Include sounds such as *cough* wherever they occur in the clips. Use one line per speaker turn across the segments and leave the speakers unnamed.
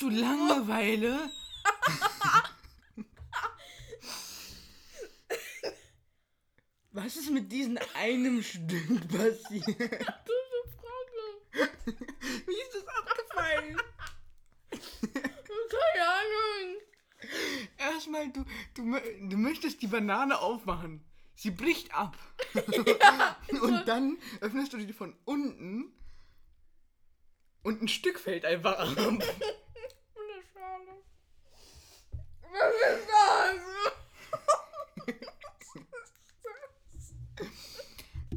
du Langeweile? Was ist mit diesem einem Stück passiert?
Dumme Frage.
Wie ist das abgefallen?
Keine Ahnung.
Erstmal, du, du, mö- du möchtest die Banane aufmachen. Sie bricht ab. und dann öffnest du die von unten und ein Stück fällt einfach ab.
Eine Schale. Was ist das?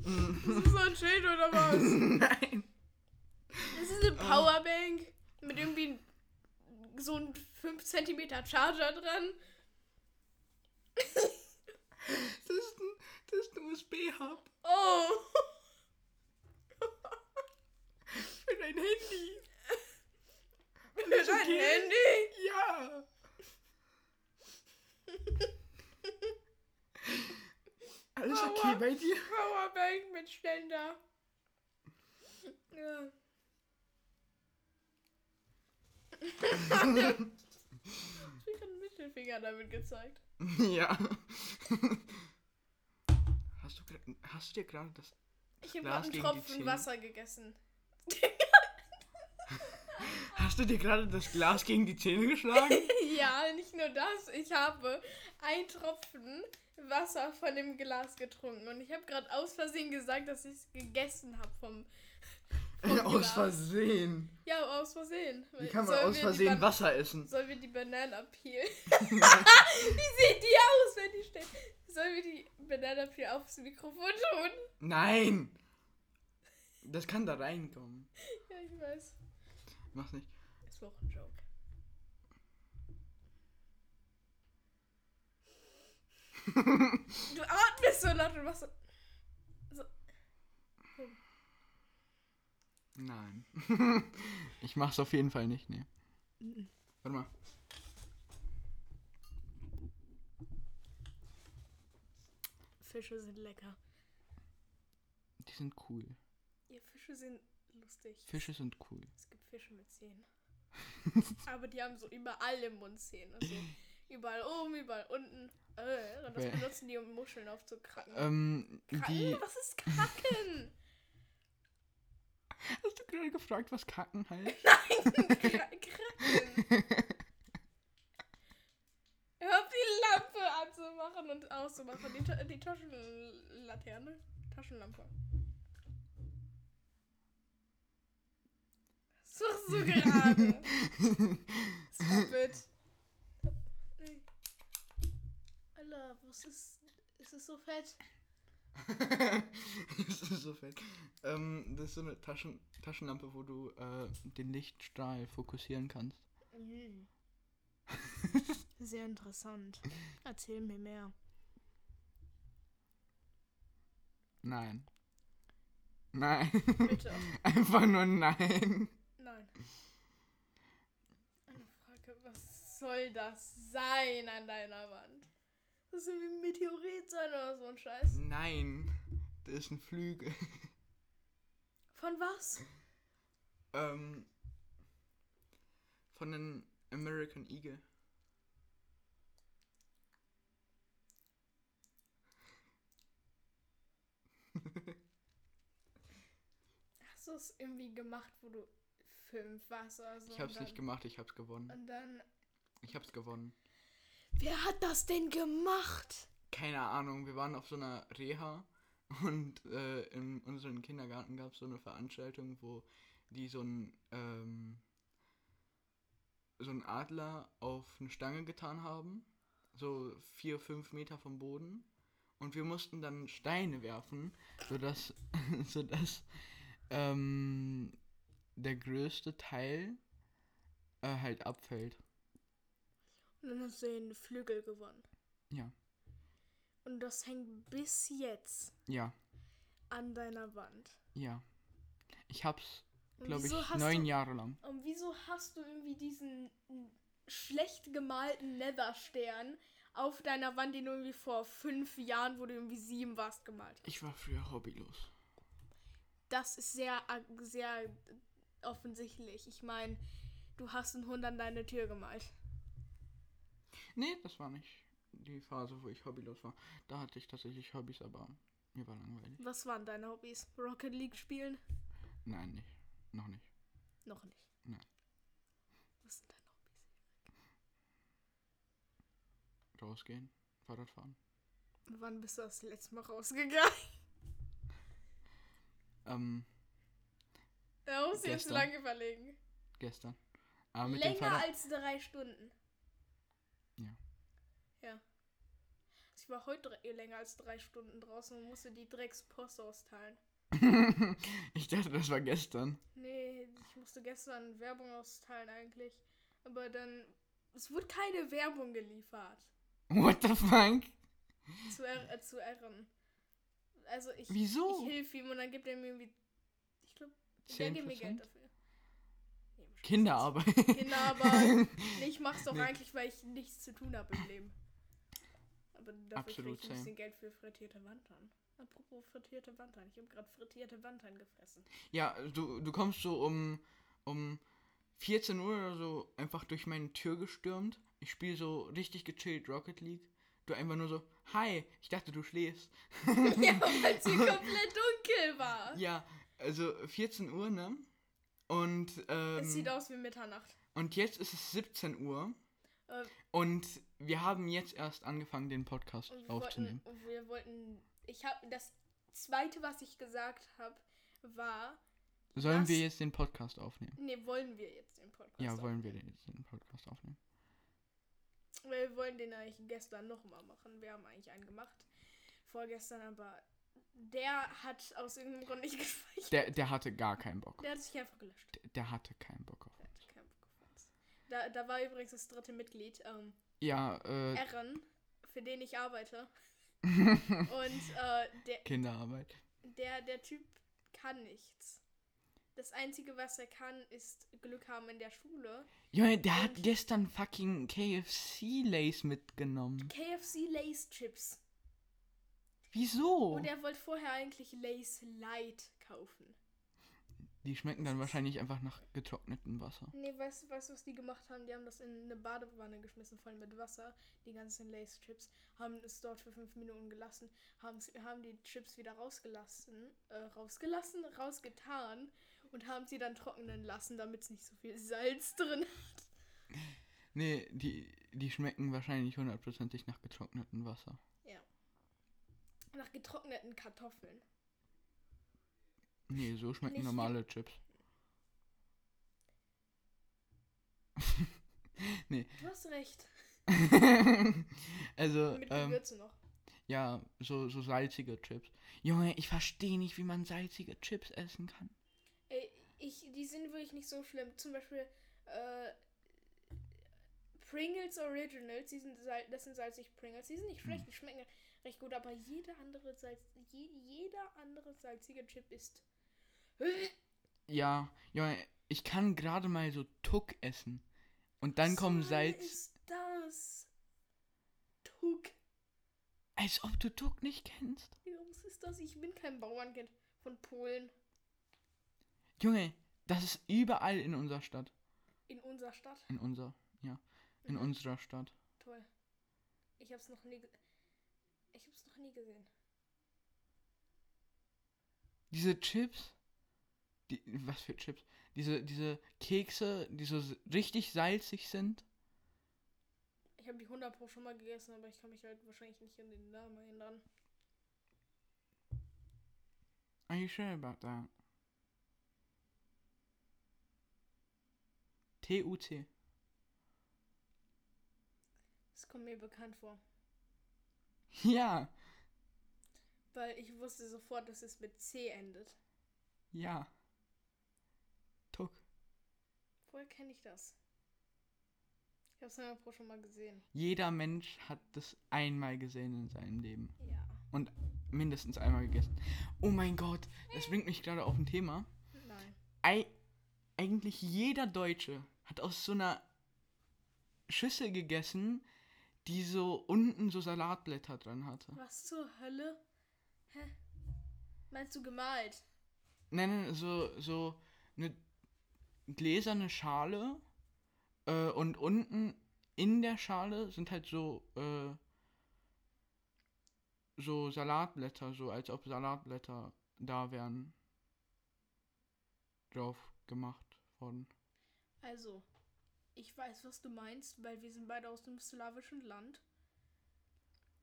Das ist so ein Schild oder was?
Nein.
Das ist eine Powerbank mit irgendwie so ein 5 cm Charger dran.
Das ist ein, das ist ein USB-Hub
Oh.
für dein Handy.
Mit einem
okay?
Handy?
Ja. Alles okay
Aua.
bei dir?
Powerbank mit Ständer. *laughs* Ja. Ich krieg einen Mittelfinger damit gezeigt.
Ja. Hast du, gra- hast du dir gerade das.
Ich habe
Glas
gerade einen
gegen die
Tropfen
Zähne.
Wasser gegessen. *laughs*
Hast du dir gerade das Glas gegen die Zähne *laughs* geschlagen?
Ja, nicht nur das. Ich habe einen Tropfen Wasser von dem Glas getrunken. Und ich habe gerade aus Versehen gesagt, dass ich es gegessen habe vom. vom
aus
Glas.
Versehen.
Ja, aus Versehen.
Wie kann man
Sollen
aus
wir die
Versehen
Ban-
Wasser essen?
Sollen wir die
*laughs*
Banana Peel. *laughs* Wie sieht die aus, wenn die steht? Sollen wir die Banana Peel aufs Mikrofon tun?
Nein! Das kann da reinkommen.
Ja, ich weiß.
Mach's nicht.
Ist auch ein Joke. du atmest so laut und machst so. so.
Nein. *laughs* ich mach's auf jeden Fall nicht, nee. Mhm. Warte mal.
Fische sind lecker.
Die sind cool.
Ja, Fische sind lustig.
Fische sind cool.
Es gibt Fische mit
*laughs*
Zähnen. Aber die haben so überall im Mund Zähne. So. Überall oben, überall unten. Äh, Und das
Wer-
benutzen die, um Muscheln aufzukracken.
Ähm, die. *laughs*
Kracken? Was ist Kracken?
Hast du gerade gefragt, was Kacken heißt?
*laughs* Kra Kraken. Hör auf, die Lampe anzumachen und auszumachen. Die, Ta- die Taschenlaterne. Taschenlampe. Such so gerade. Stop it. Nee. Alter, was ist. Ist es so fett?
*laughs* das ist so fett. Ähm, das ist so eine Taschen Taschenlampe, wo du äh, den Lichtstrahl fokussieren kannst.
Hm. Sehr interessant. Erzähl mir mehr.
Nein. Nein.
Bitte.
*laughs* Einfach nur nein.
Nein. Eine Frage, was soll das sein an deiner Wand? Das soll wie ein Meteorit sein oder so ein Scheiß.
Nein. Das ist ein Flügel.
Von was?
Ähm, von den American Eagle.
Hast du es irgendwie gemacht, wo du fünf warst oder so?
Ich hab's
und dann,
nicht gemacht, ich hab's gewonnen.
Und dann.
Ich hab's gewonnen.
Wer hat das denn gemacht?
Keine Ahnung, wir waren auf so einer Reha *laughs* und äh, in unserem Kindergarten gab's so eine Veranstaltung, wo die so ein ähm, so einen Adler auf eine Stange getan haben. So vier, fünf Meter vom Boden. Und wir mussten dann Steine werfen, sodass, *laughs* sodass ähm, der größte Teil äh, halt abfällt.
Und dann hast du den Flügel gewonnen.
Ja.
Und das hängt bis jetzt
Ja,
an deiner Wand.
ja. Ich hab's,
Und
glaube
wieso
ich,
hast
neun
du,
Jahre lang.
Und wieso hast du irgendwie diesen schlecht gemalten Netherstern auf deiner Wand, den du irgendwie vor fünf Jahren, wo du irgendwie sieben warst, gemalt hast?
Ich war früher hobbylos.
Das ist sehr, sehr offensichtlich. Ich meine, Du hast einen Hund an deine Tür gemalt.
Nee, das war nicht die Phase, wo ich hobbylos war. Da hatte ich tatsächlich Hobbys, aber mir war langweilig.
Was waren deine Hobbys? Rocket League spielen?
Nein, nicht. Noch nicht.
Noch nicht.
Nein.
Was sind deine Hobbys?
Rausgehen, Fahrrad fahren.
Wann bist du das letzte Mal rausgegangen? *laughs*
Ähm,
Da musst du jetzt
Gestern.
lange überlegen.
gestern. Aber mit dem
Länger
Fahrrad.
als drei Stunden.
Ja.
Ja. Ich war heute dr- länger als drei Stunden draußen und musste die Dreckspost austeilen.
*laughs* ich dachte, das war gestern.
Nee, ich musste gestern Werbung austeilen eigentlich. Aber dann. Es wurde keine Werbung geliefert.
What the fuck?
Zu, er äh, zu Ehren. Also ich.
Wieso?
Ich hilf ihm und dann gibt er mir irgendwie. Ich glaube, der gibt mir
10%?
Geld dafür. Nee, im Scheiß.
Kinderarbeit. *laughs*
Kinderarbeit. Nee, ich mach's doch
Nee.
eigentlich, weil ich nichts zu tun habe im Leben. Aber dafür krieg
Absolut
ich ein
same.
bisschen Geld für frittierte Wandern. Apropos frittierte Wandern. Ich habe gerade frittierte
*laughs*
Wandern gefressen.
Ja, du, du kommst so um, um 14 Uhr oder so einfach durch meine Tür gestürmt. Ich spiele so richtig gechillt Rocket League. Du einfach nur so, hi, ich dachte, du schläfst.
ja, weil es hier komplett dunkel war.
ja, also 14 Uhr, ne? Und,
Es sieht
ähm,
aus wie Mitternacht.
und jetzt ist es 17 Uhr.
Äh,
Und wir haben jetzt erst angefangen, den Podcast
Und Also wir
aufzunehmen.
wollten, und wir wollten. Ich habe das zweite, was ich gesagt habe, war,
Sollen wir
das-
jetzt den Podcast aufnehmen?
nee, wollen wir jetzt den Podcast?
Ja, wollen wir
aufnehmen?
den jetzt den Podcast aufnehmen?
Wir wollen den eigentlich gestern nochmal machen. Wir haben eigentlich einen gemacht. Vorgestern, aber der hat aus irgendeinem Grund nicht *laughs* gespeichert.
Der, der hatte gar keinen Bock.
Der hat sich einfach gelöscht.
Der, der hatte keinen Bock auf.
Der hat keinen Bock auf uns. Da, da war übrigens das dritte Mitglied, ähm,
Ja, äh,
Aaron, für den ich arbeite. Und äh, der,
Kinderarbeit.
der, der Typ kann nichts. Das Einzige, was er kann, ist Glück haben in der Schule.
Junge, der hat
Und-
gestern fucking KFC-Lays mitgenommen.
KFC Lace Chips.
Wieso?
Und er wollte vorher eigentlich Lace Light kaufen.
Die schmecken dann wahrscheinlich einfach nach getrocknetem Wasser.
Nee, weißt du, weißt, du, was die gemacht haben? Die haben das in eine Badewanne geschmissen, voll mit Wasser, die ganzen Lace-Chips, haben es dort für fünf Minuten gelassen, haben, haben die Chips wieder rausgelassen, äh, rausgelassen, rausgetan und haben sie dann trocknen lassen, damit es nicht so viel Salz drin *laughs*
Nee, die, die schmecken wahrscheinlich hundertprozentig nach getrocknetem Wasser.
Nach getrockneten Kartoffeln.
Nee, so schmecken
Nicht
normale Chips. *laughs* nee.
Du hast recht.
also,
Mit
ähm,
Gewürze noch.
ja, so, so salzige Chips. Junge, ich verstehe nicht, wie man salzige Chips essen kann.
Ey, ich, die sind wirklich nicht so schlimm. Zum Beispiel, äh, Pringles Originals, die sind sal das sind salzig Pringles, die sind nicht
Hm.
schlecht, die schmecken recht gut, aber jeder andere Salz, je, jeder andere salzige Chip ist.
Ja, Junge, ich kann gerade mal so Tuck essen. Und dann kommen
So
Salz.
ist das? Tuck.
Als ob du Tuck nicht kennst.
Digga, Was ist das? Ich bin kein Bauernkind von Polen
Junge, das ist überall in unserer Stadt.
in unserer Stadt.
In unser, ja. In
Mhm.
unserer Stadt.
Toll. Ich hab's noch nie. ge- Ich hab's noch nie gesehen.
Diese Chips. Die, was für Chips? Diese, diese Kekse, die so s- richtig salzig sind.
Ich habe die 100 Pro schon mal gegessen, aber ich kann mich halt wahrscheinlich nicht an den Namen erinnern.
Are you sure about that? TUC.
Das kommt mir bekannt vor.
*laughs* Ja,
Weil ich wusste sofort, dass es mit C endet.
ja. Tuck.
Woher kenne ich das? Ich habe 100 Pro schon mal gesehen.
Jeder Mensch hat das einmal gesehen in seinem Leben.
Ja.
Mindestens einmal gegessen. Oh mein Gott, das bringt mich gerade auf ein Thema.
Nein.
Ei eigentlich jeder Deutsche hat aus so einer Schüssel gegessen, die so unten so Salatblätter dran hatte.
Was zur Hölle? Hä? Meinst du gemalt?
Nein, nein, so, so eine gläserne Schale Äh, und unten in der Schale sind halt so, äh, so Salatblätter, so als ob Salatblätter da wären. Drauf gemacht worden. *laughs*
Also, ich weiß, was du meinst, weil wir sind beide aus dem slawischen Land.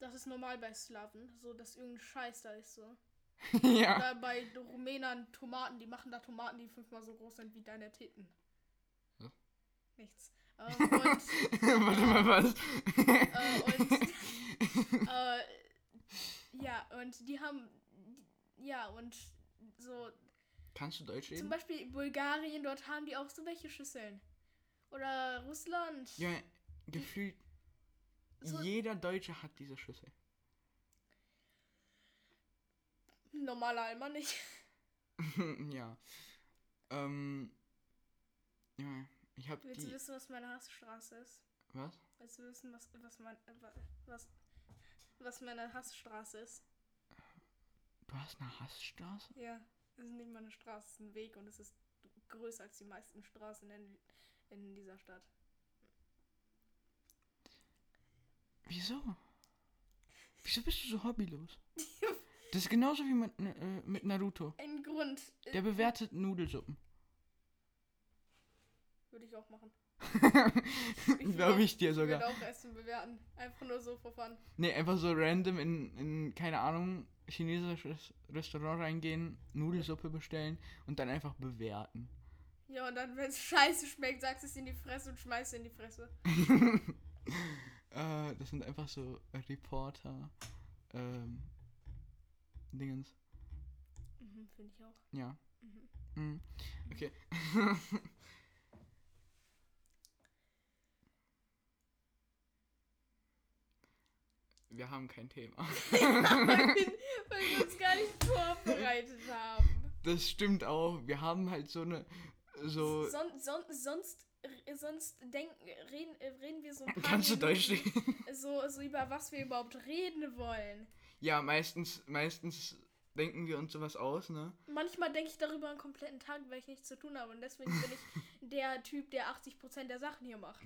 Das ist normal bei Slawen, so dass irgendein Scheiß da ist so.
ja.
Oder bei Rumänern Tomaten, die machen da Tomaten, die fünfmal so groß sind wie deine Titten.
Was?
Nichts. Ähm,
*laughs*
und,
Warte mal,
*laughs*
was?
und- äh, ja, und die haben, ja, und so,
Kannst du Deutsch
zum
reden?
Beispiel Bulgarien, dort haben die auch so welche Schüsseln. Oder Russland.
Ja, gefühlt
So-
jeder Deutsche hat diese Schüssel.
Normaler Alman nicht.
*laughs* ja. Ähm. Ja, ich hab
Willst du
die.
wissen, was meine Hassstraße ist?
Was?
Willst du wissen, was, was, mein, äh, wa- was, was meine Hassstraße ist?
Du hast eine Hassstraße?
Ja, es ist nicht mal eine Straße, es ist ein Weg und es ist größer als die meisten Straßen in, in dieser Stadt.
Wieso? Wieso bist du so
*laughs*
hobbylos? Das ist genauso wie mit, äh, mit Naruto.
Ein Grund äh,
Der bewertet Nudelsuppen.
*laughs* würde ich auch machen. würd
Glaube ich dir
Ich würde
sogar.
auch Essen bewerten. Einfach nur so for fun.
Nee, einfach so random in, in keine Ahnung, chinesisches Restaurant reingehen, Nudelsuppe bestellen und dann einfach bewerten. *laughs*
Ja, und dann, wenn es scheiße schmeckt, sagst du es in die Fresse und schmeißt es in die Fresse.
äh, das sind einfach so Reporter. Ähm, Dingens.
Mhm, finde ich auch.
Ja.
Mhm.
Mhm. Okay. Wir haben kein Thema.
weil, wir- weil wir uns gar nicht vorbereitet haben.
Das stimmt auch. Wir haben halt so eine. So.
Son, son, sonst äh, sonst denken, reden, äh, reden wir so ein paar
*laughs* Kannst du
*laughs*
Deutsch
Minuten
reden? *laughs*
so, so über was wir überhaupt reden wollen.
Ja, meistens, meistens denken wir uns sowas aus, ne?
Manchmal denke ich darüber einen kompletten Tag, weil ich nichts zu tun habe. Und deswegen
*laughs*
bin ich der Typ, der 80% der Sachen hier macht.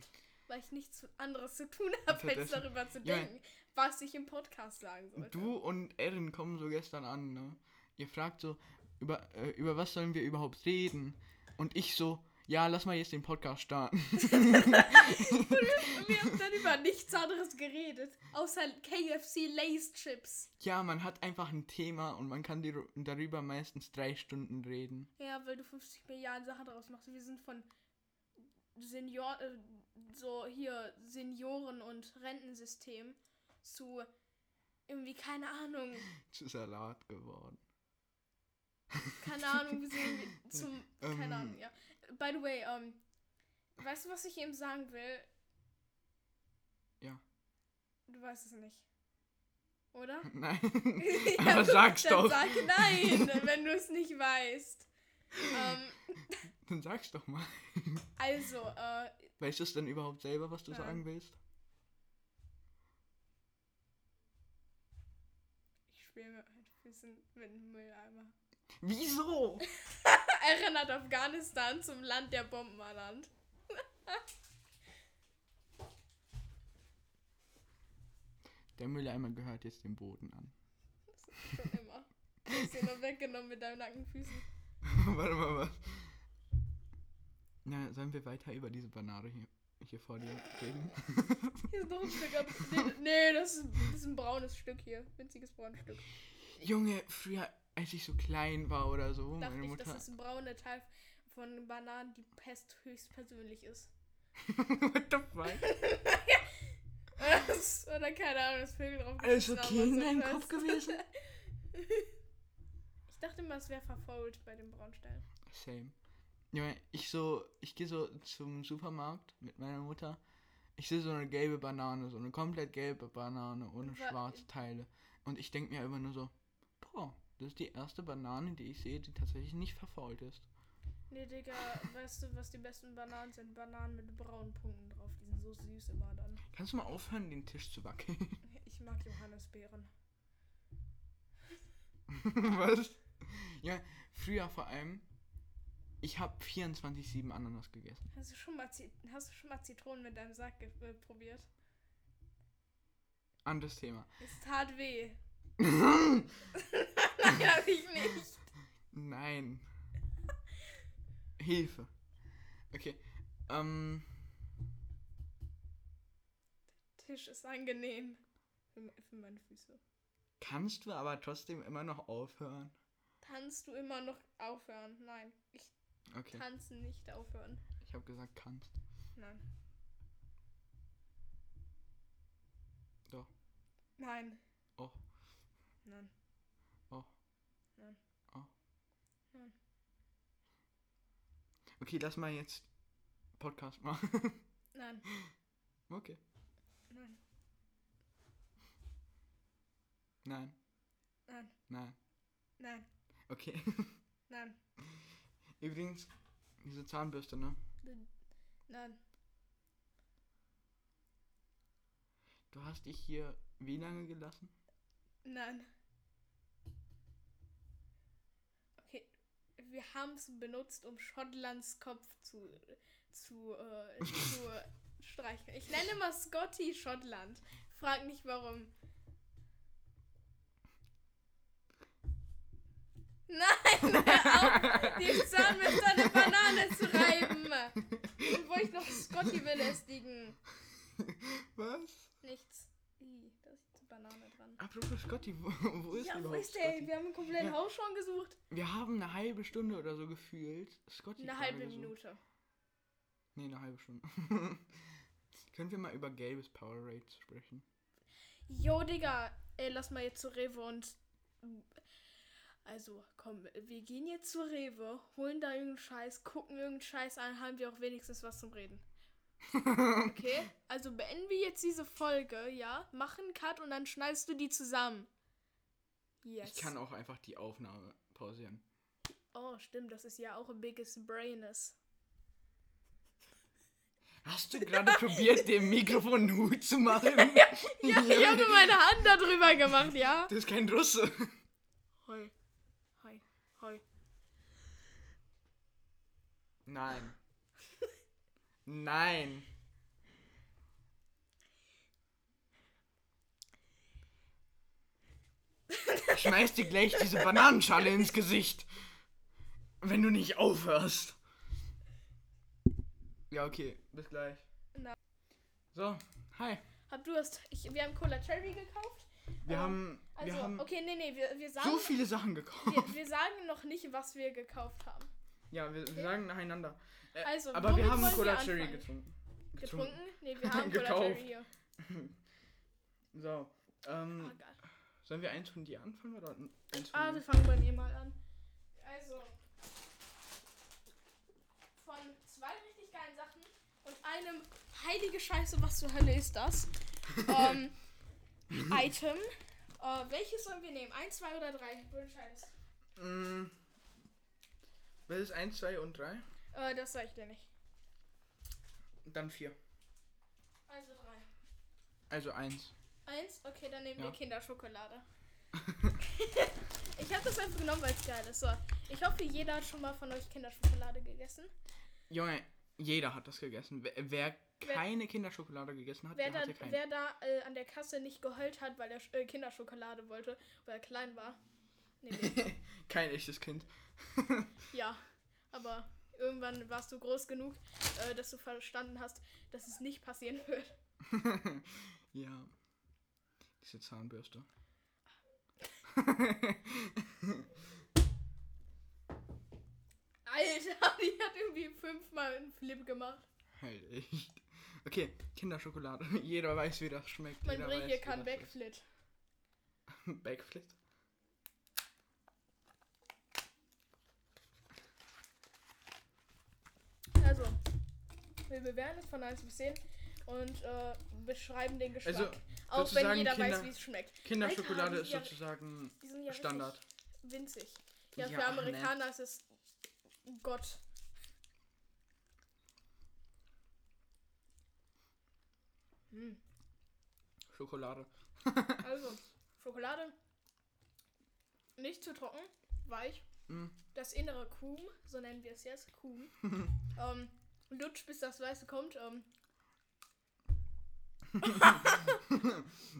Weil ich nichts anderes zu tun habe, als
Stattdessen-
darüber zu
Ja.
denken, was ich im Podcast sagen sollte.
Du und Erin kommen so gestern an, ne? Ihr fragt so, über, äh, über was sollen wir überhaupt reden? Und ich so, ja, lass mal jetzt den Podcast starten. *laughs*
Und wir haben dann über nichts anderes geredet, außer KFC Lace Chips.
Ja, man hat einfach ein Thema und man kann dir- darüber meistens drei Stunden reden.
Ja, weil du 50 Milliarden Sachen daraus machst. Wir sind von Senioren, äh, so hier Senioren- und Rentensystem zu irgendwie, keine Ahnung,
Zu Salat geworden. *laughs*
keine Ahnung, wir sind irgendwie zum,
Ähm.
keine Ahnung, ja. By the way, ähm, weißt du, was ich eben sagen will?
Ja.
Du weißt es nicht. Oder?
*laughs*
*laughs*
Nein.
Ja,
*laughs* Aber sag's
Dann
doch.
sag nein,
*laughs*
wenn du es nicht weißt. Ähm,
Dann sag's doch mal.
also, äh,
Weißt du es denn überhaupt selber, was du
Nein.
sagen willst?
ich spiele mir halt ein bisschen mit dem Mülleimer. *laughs*
Wieso?
Erinnert Afghanistan zum Land der Bomben ernannt.
Der Mülleimer gehört jetzt dem Boden an.
Schon immer. Du hast ihn noch weggenommen mit deinen nackten Füßen.
*laughs* Warte mal, was? Na, sollen wir weiter über diese Banane hier, hier vor dir reden?
Hier ist noch ein Stück. ab- Nee, nee das, ist, das ist ein braunes Stück hier. Winziges braunes Stück.
Oh, Junge, früher, als ich so klein war oder so,
Dachte
meine
ich, dass
Mutter.
das braune Teil von Bananen die Pest höchstpersönlich ist.
*laughs* *laughs*
*laughs*
What the fuck?
Oder keine Ahnung, das Vögel drauf
Alles
geschissen haben,
okay in
was
deinem
weiß.
Kopf
*laughs*
gewesen?
Ich dachte immer, es wäre verfault bei den Braunstellen.
Same. Junge, ich so, ich gehe so zum Supermarkt mit meiner Mutter. Ich sehe so eine gelbe Banane, so eine komplett gelbe Banane ohne
Wa-
schwarze Teile. Und ich denke mir immer nur so, boah, das ist die erste Banane, die ich sehe, die tatsächlich nicht verfault ist.
Nee, Digga, weißt du, was die besten Bananen sind? Bananen mit braunen Punkten drauf. Die sind so süß immer dann.
Kannst du mal aufhören, den Tisch zu wackeln? *laughs*
Ich mag Johannisbeeren.
Was? Ja, früher vor allem, Ich habe 24-7 Ananas gegessen.
Hast du schon mal, Zi- hast du schon mal Zitronen mit deinem Sack ge- äh, probiert?
Anderes Thema. *laughs*
Es tat weh. *laughs* Nein, hab ich nicht.
Nein. Hilfe. Okay. Ähm,
Tisch ist angenehm. Für, me- für meine Füße.
kannst du aber trotzdem immer noch aufhören?
Kannst du immer noch aufhören? Nein. Ich
Okay.
tanze nicht aufhören.
Ich habe gesagt, kannst.
Nein.
Doch. Oh.
Nein.
Auch.
Nein.
Auch.
Nein.
Auch.
Nein.
Okay, lass mal jetzt Podcast machen. *laughs*
Nein.
okay.
Nein.
Nein.
Nein.
Nein.
Nein.
Okay. *laughs*
Nein.
Übrigens, diese Zahnbürste, ne?
D- Nein.
Du hast dich hier wie lange
*laughs*
gelassen?
Nein. Okay. Wir haben es benutzt, um Schottlands Kopf zu, zu, äh, zu äh, streichen. Ich nenne Maskotti Schottland. Frag nicht warum.
*laughs*
Nein, hör auf, die Zahnbürste an eine Banane zu reiben. Wo ich noch Scotty belästigen.
Was?
Nichts. Ih, da ist eine Banane dran.
Apropos Scotty, wo, wo ist
ja, wo
überhaupt
ist der?
Scotty?
Wir haben einen kompletten
Ja.
Haus schon gesucht.
Wir haben eine halbe Stunde oder so gefühlt. Scotty
Eine
gerade
halbe
gesucht.
Minute.
Nee, eine halbe Stunde. *laughs* Können wir mal über gelbes Powerade sprechen?
Jo, Digga, ey, lass mal jetzt zur Rewe und. Also, komm, wir gehen jetzt zur Rewe, holen da irgendeinen Scheiß, gucken irgendeinen Scheiß an, haben wir auch wenigstens was
*laughs*
zum Reden. Okay? Also beenden wir jetzt diese Folge, ja? Machen Cut und dann schneidest du die zusammen. Yes.
Ich kann auch einfach die Aufnahme pausieren.
Oh, stimmt, das ist ja auch ein biggest
*laughs*
brain ist. *laughs*
Hast du gerade probiert, dem Mikrofon einen Hut zu machen?
Ja, ich habe meine Hand da drüber gemacht, ja?
Das ist kein Russe.
Hoi. Hoi. Hoi.
Nein. Nein. Ich Schmeiß dir gleich diese Bananenschale ins Gesicht. Wenn du nicht aufhörst. Ja, okay. Bis gleich.
Na.
So, hi.
Hab du hast. Ich, wir haben Cola Cherry gekauft.
Wir
Ähm,
haben,
Also,
wir haben
okay, nee, nee, wir, wir sagen.
so viele Sachen gekauft.
wir, wir sagen noch nicht, was wir gekauft haben.
Ja, wir wir sagen nacheinander. Äh,
Also,
aber wir
womit
haben
wollen wir
Cola Cherry
anfangen?
getrunken.
Getrunken? Nee,
*laughs*
wir haben Cola
Gekauft.
Cherry hier.
So,
Oh,
ähm,
geil.
sollen wir eins von dir anfangen oder n- eins von
Ah, wir
mir?
fangen bei mir mal an. Also, von zwei richtig geilen Sachen und einem heilige Scheiße, was zur Hölle ist das? ähm,
*laughs*
Item. Äh, welches sollen wir nehmen? Eins, zwei oder drei? Du entscheidest.
Mm, was ist eins, zwei und drei?
Äh, das sag ich dir nicht.
Dann vier.
Also drei.
Also eins.
Eins? Okay, dann nehmen
Ja.
wir
*laughs*
Kinderschokolade. ich habe das einfach genommen, weil es geil ist. So, ich hoffe, jeder hat schon mal von euch Kinderschokolade gegessen.
Junge, jeder hat das gegessen. Wer, wer
Wer-
keine Kinderschokolade gegessen hat,
Wer
der
da,
hatte keine.
wer da äh, an der Kasse nicht geheult hat, weil er Sch- äh, Kinderschokolade wollte, weil er klein war. Nee,
*laughs*
nee.
Kein echtes Kind. *laughs*
ja, aber irgendwann warst du groß genug, äh, dass du verstanden hast, dass es nicht passieren wird.
ja. Diese Zahnbürste. *laughs* Halt
Alter, *laughs* die hat irgendwie fünfmal einen Flip gemacht.
Halt echt. Okay, Kinderschokolade. *laughs* Jeder weiß, wie das schmeckt.
Mein
Jeder
Brief
weiß,
hier
wie
kann
das ist.
Backflip.
Backflip.
Also, wir bewerten es von 1 bis 10 und äh, beschreiben den Geschmack.
Also,
auch wenn
sozusagen
jeder weiß,
Kinder-
wie es schmeckt.
Kinderschokolade
Alter,
ist
die-
sozusagen
Die sind ja
Standard.
richtig winzig.
Ja,
Ja, für
ne.
Amerikaner ist es Gott. Hm.
Schokolade. *laughs*
Also, Schokolade. Nicht zu trocken, weich.
Hm.
das innere Kuhm, so nennen wir es jetzt,
*laughs*
Kuhm, ähm, lutscht, bis das Weiße kommt. Ähm,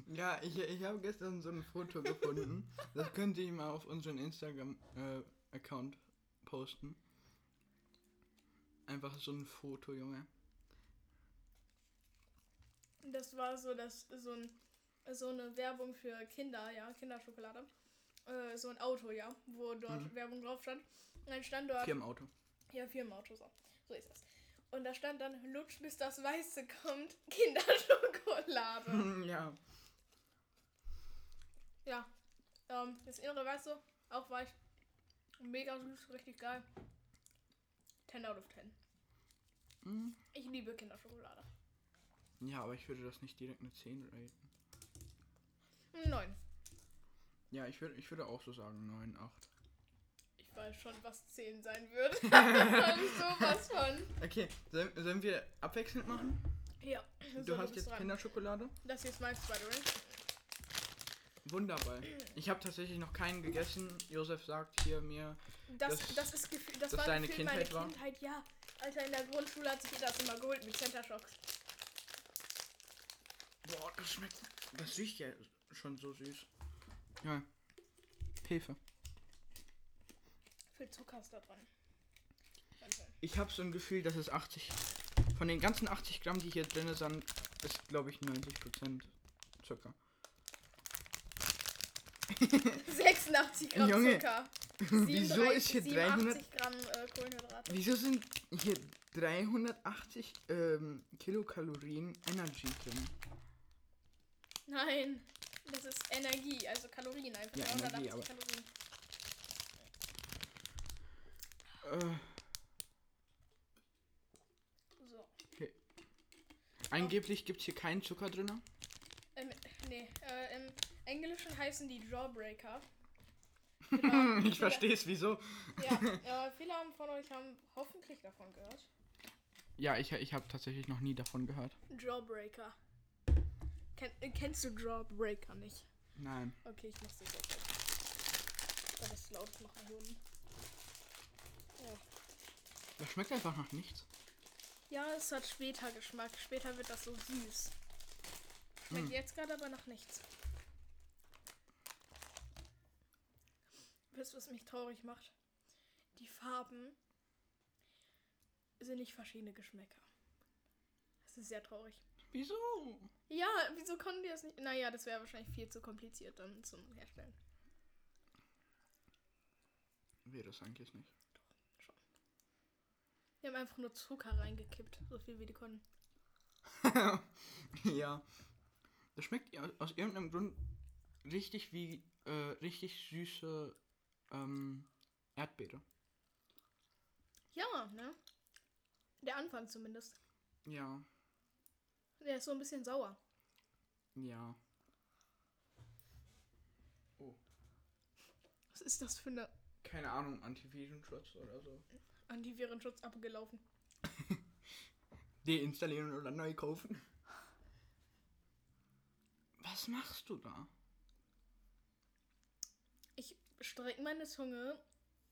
Ja, ich, ich habe gestern so ein Foto
*laughs*
gefunden. Das könnt ihr mal auf unseren Instagram-Account posten. Einfach so ein Foto, Junge.
das war so, das, so, ein, so eine Werbung für Kinder, ja, Kinderschokolade. Äh, so ein Auto, ja, wo dort
Mhm.
Werbung drauf stand. Und dann stand dort,
Hier im Auto.
ja, Firmenauto, so. so ist das. Und da stand dann, lutsch, bis das Weiße kommt, *laughs*
*laughs*
Kinderschokolade.
ja.
Ja. Ähm, das innere Weiße, auch weich. Mega süß, richtig geil. 10 out of 10.
Hm.
Ich liebe Kinderschokolade.
Ja, aber ich würde das nicht direkt eine 10 raten.
Nein.
Ja, ich würde ich würde auch so sagen 9, 8.
Ich weiß schon, was 10 sein wird. *laughs*
*laughs*
sowas von.
Okay, sollen, sollen wir abwechselnd machen?
Ja. so,
Du hast
bist
jetzt
dran.
Kinderschokolade.
Das hier ist mein Spider-Man.
Wunderbar. Ich habe tatsächlich noch keinen gegessen. Josef sagt hier mir,
Das,
Das-
das, ist gefühlt, das
das
war
deine
gefühlt
Kindheit war?
meine Kindheit, ja. Alter, in der Grundschule hat sich das immer geholt mit Center Shocks.
boah, das schmeckt, das riecht ja schon so süß. Ja. Hefe.
Viel Zucker ist da dran. Wahnsinn. *laughs*
Ich habe so ein Gefühl, dass es 80. Von den ganzen 80 Gramm, die hier drin sind, ist glaube ich 90 Prozent Zucker.
86 Gramm
Junge,
Zucker.
wieso
37
ist hier
87 Gramm äh, Kohlenhydrate.
Wieso sind hier 380 ähm, Kilokalorien Energy drin?
Nein, das ist Energie, also Kalorien einfach.
Ja,
380
Energie, aber-
Kalorien.
Äh,
So.
angeblich gibt es hier keinen Zucker drin.
Ähm, nee, äh, im Englischen heißen die Jawbreaker. Genau,
*laughs* Ich
viele-
verstehe es, wieso. *laughs*
Ja, äh, viele haben von euch haben hoffentlich davon gehört.
Ja, ich, ich habe tatsächlich noch nie davon gehört.
Jawbreaker. Ken äh, kennst du Jawbreaker nicht?
Nein.
Okay, ich mach's jetzt weg. Aber das laut machen hier unten. Ja.
Das schmeckt einfach nach nichts.
Ja, es hat später Geschmack. Später wird das so süß. Schmeckt jetzt gerade aber nach nichts. Wisst, ihr, was mich traurig macht? Die Farben sind nicht verschiedene Geschmäcker. Das ist sehr traurig.
Wieso?
Ja, wieso konnten die das nicht? Naja, das wäre wahrscheinlich viel zu kompliziert dann zum Herstellen.
Wäre das eigentlich nicht.
Die haben einfach nur Zucker reingekippt, so viel wie die konnten.
*laughs* ja. Das schmeckt ja aus irgendeinem Grund richtig wie äh, richtig süße ähm, Erdbeere.
Ja, ne? Der Anfang zumindest.
Ja,
Der ist so ein bisschen sauer.
ja.
Was ist das für eine
Keine Ahnung, Antivirenschutz oder so.
Antivirenschutz abgelaufen?
Deinstallieren oder neu kaufen. Was machst du da?
Ich strecke meine Zunge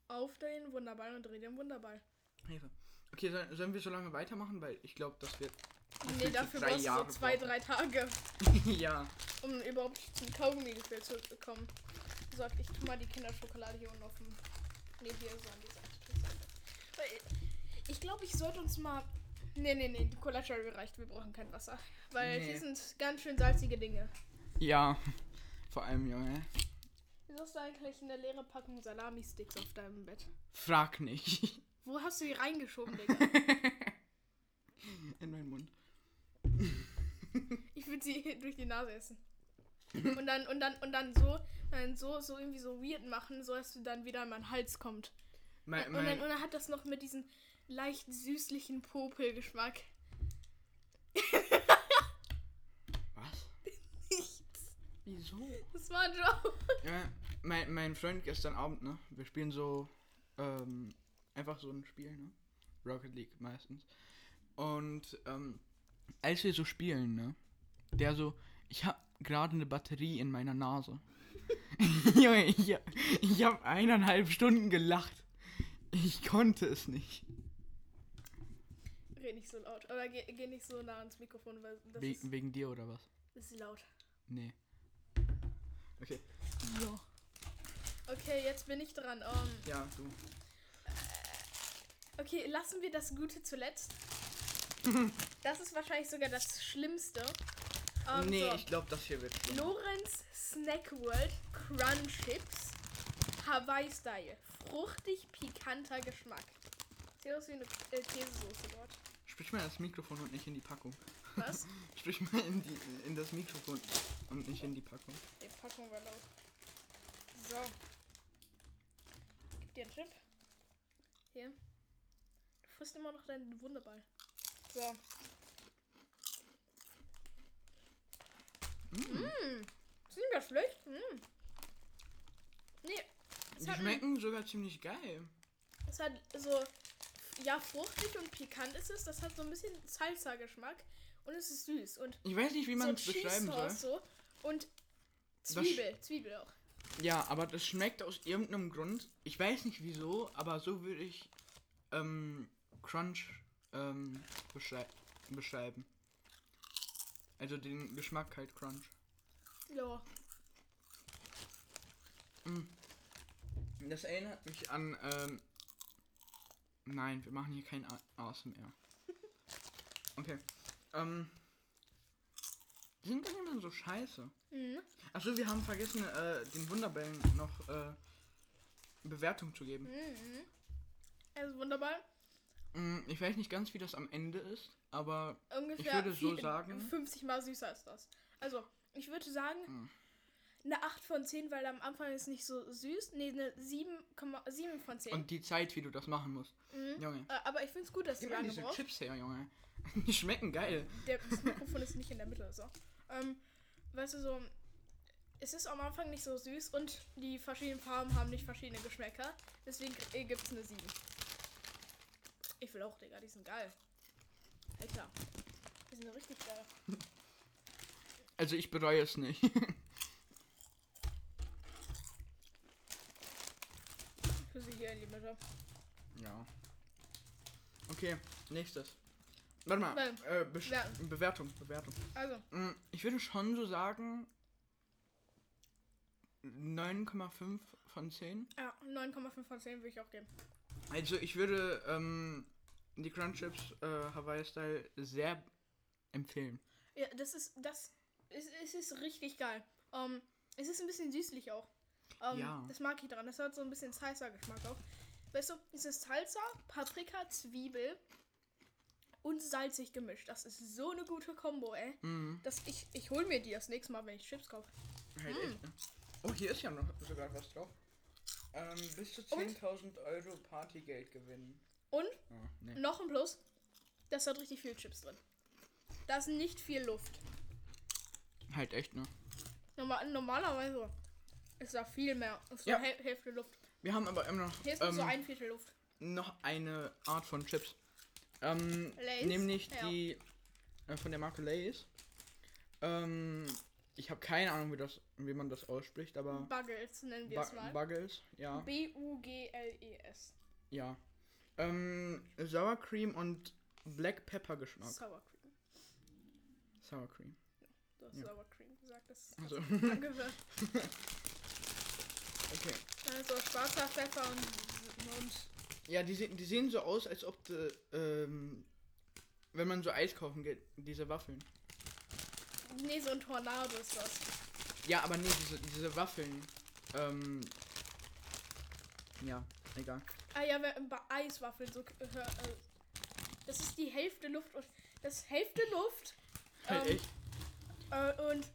auf den Wunderball und drehe den Wunderball.
Hilfe. Okay, soll- sollen wir so lange weitermachen? Weil ich glaube, dass wir.
nee,
Gefühlt so
dafür
drei
brauchst
Jahre
du so zwei,
brauchen.
drei Tage,
ja.
um überhaupt zum Kaugummi-Gefühl zu kommen. So, ich tu mal die Kinderschokolade hier unten auf dem. Nee, hier so an die Seite. die Seite. Weil Ich glaube, ich sollte uns mal. Nee, nee, nee, die Cola Cherry reicht. Wir brauchen kein Wasser. Weil
Nee.
hier sind ganz schön salzige Dinge.
*laughs* Ja. Vor allem, Junge.
Wieso hast du eigentlich eine leere Packung Salami-Sticks auf deinem Bett?
Frag nicht. *laughs*
Wo hast du die reingeschoben, Digga?
In meinen Mund.
Ich würde sie *laughs* durch die Nase essen. Und dann, und dann, und dann so, dann so, so irgendwie so weird machen, so dass du dann wieder an meinen Hals kommt.
Mein,
und, dann,
mein,
und dann hat das noch mit diesem leicht süßlichen Popelgeschmack. *laughs*
was?
Nichts.
Wieso?
Das war ein Joke.
Ja, mein, mein Freund gestern Abend, ne? Wir spielen so, ähm, einfach so ein Spiel, ne? Rocket League meistens. Und, ähm, als wir so spielen, ne? Der so, ich hab gerade eine Batterie in meiner Nase. *laughs* Junge, ich, ich habe eineinhalb Stunden gelacht. Ich konnte es nicht.
Red nicht so laut. Oder geh, geh nicht so nah ans Mikrofon, weil das
We
ist,
wegen dir oder was?
das ist laut.
Nee. Okay.
Ja. Okay, jetzt bin ich dran. Ähm,
Ja, du.
okay, lassen wir das
*laughs*
Gute zuletzt. das ist wahrscheinlich sogar das Schlimmste. Ähm,
nee,
so.
ich glaube, das hier wird schlimm.
Lorenz Snack World Crunch Chips Hawaii Style. Fruchtig pikanter Geschmack. Sieht aus wie eine äh, Käsesoße dort.
Sprich mal das Mikrofon und nicht in die Packung.
Was?
Sprich mal in, die, in das Mikrofon und nicht in die Packung.
Die Packung war laut. So. Gib dir einen Chip. Hier. Du frisst immer noch deinen Wunderball. So. Mm. Ist nicht mehr schlecht. Mm. Nee. Es
Die
hat,
schmecken sogar ziemlich geil.
es hat so. Ja, fruchtig und pikant ist es. Das hat so ein bisschen Salsa-Geschmack. Und es ist süß. Und
Ich weiß nicht, wie man es
so
beschreiben soll.
Cheese-Sauce so. Und Zwiebel. Zwiebel auch.
Ja, aber das schmeckt aus irgendeinem Grund. Ich weiß nicht wieso, aber so würde ich ähm, Crunch ähm, beschrei beschreiben. Also den Geschmack halt Crunch.
Ja.
Das erinnert mich an. Ähm, nein, wir machen hier kein A- ASMR. Okay. Ähm, die sind doch immer so scheiße.
Mhm.
Achso, wir haben vergessen, äh, den Wunderbällen noch äh, Bewertung zu geben.
Mhm. Also wunderbar.
Mm, Ich weiß nicht ganz, wie das am Ende ist, aber
Ungefähr
würde so
vier-
sagen-
50 mal süßer als das. Also, ich würde sagen,
Mhm.
eine 8 von 10, weil am Anfang ist nicht so süß. Nee, eine 7,7 von 10.
und die Zeit, wie du das machen musst.
Mhm.
Junge,
Äh, aber ich finde es gut, dass du
gib mal
lange
diese
brauchst.
Chips her, Junge. *laughs* Die schmecken geil.
Der, das Mikrofon ist nicht in der Mitte. So. Ähm, weißt du, so. Es ist am Anfang nicht so süß und die verschiedenen Farben haben nicht verschiedene Geschmäcker. Deswegen gibt es eine 7. Ich will auch, Digga, die sind geil. Alter. Die sind richtig geil.
Also ich bereue es nicht.
Für sie hier in die Mitte.
ja. Okay, nächstes. Warte mal,
Nein.
äh, Besch-
Ja.
Bewertung, Bewertung.
Also,
Mm, Ich würde schon so sagen 9,5 von 10.
ja, 9,5 von 10 würde ich auch geben.
Also ich würde ähm, die Crunch Chips äh, Hawaii Style sehr empfehlen.
Ja, das ist, das ist, es ist richtig geil. Ähm, es ist ein bisschen süßlich auch. Ähm,
Ja.
Das mag ich dran. Das hat so ein bisschen Salsa-Geschmack auch. Weißt du, es ist Salsa, Paprika, Zwiebel und salzig gemischt. Das ist so eine gute Kombo, ey.
Mhm.
Das, ich, ich hol mir die das nächste Mal, wenn ich Chips kaufe.
Halt
Mm.
echt, ne? Oh, hier ist ja noch sogar was drauf. Ähm, bis zu
Und?
10.000 Euro Partygeld gewinnen.
Und
Oh, nee.
noch ein Plus, das hat richtig viel Chips drin. Da ist nicht viel Luft.
Halt echt, ne?
Normal, normalerweise ist da viel mehr. Ist
Ja.
nur Häl- Hälfte Luft.
Wir haben aber immer noch,
Hier ist nur
ähm,
so ein Viertel Luft.
noch eine Art von Chips. Ähm,
Lay's?
nämlich
Ja.
die äh, von der Marke Lay's. Ähm, ich habe keine Ahnung, wie, das, wie man das ausspricht, aber
Buggles nennen wir
ba
es mal.
Buggles, ja.
B-U-G-L-E-S.
Ja. Ähm, Sour Cream und Black Pepper Geschmack.
Sour Cream.
Sour Cream.
Du hast
Ja.
Sour Cream gesagt. Das
*laughs*
ist
Also,
angehört.
okay.
Also schwarzer Pfeffer und, und
Ja, die, se- die sehen so aus, als ob de, ähm, wenn man so Eis kaufen geht, diese Waffeln.
nee, so ein Tornado ist das.
Ja, aber nee, diese, diese Waffeln. Ähm, ja, egal.
Ah ja, wer- bei Eiswaffeln so. äh, äh, Das ist die Hälfte Luft und das Hälfte Luft.
Halt *laughs*
ähm,
echt.
äh, und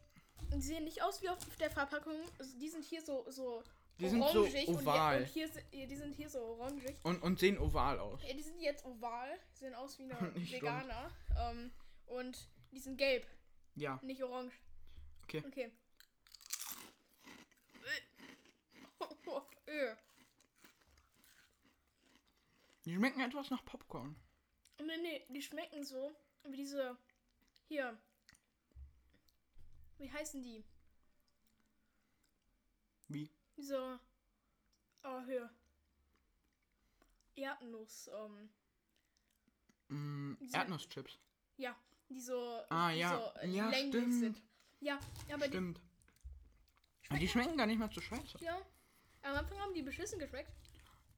die sehen nicht aus wie auf der Verpackung. Also die sind hier so so
Die sind so oval.
und, hier, und hier, die sind hier so orangig.
Und, und sehen oval aus.
Ja, die sind jetzt oval, sehen aus wie eine
*laughs* Nicht
Veganer. Ähm, und die sind gelb,
Ja.
nicht orange.
Okay.
Okay. Äh. *laughs*
Die schmecken etwas nach Popcorn.
Oh, Nee, nee, die schmecken so wie diese. Hier. Wie heißen die?
Wie?
So. Oh, hier. Erdnuss, ähm.
Mm,
Diese-
Erdnusschips.
Ja, die so,
Ah,
die
ja.
so äh,
Ja,
länglich
stimmt.
sind. Ja, aber die,
Stimmt. Und die schmecken gar nicht mal so scheiße.
ja. Am Anfang haben die beschissen geschmeckt,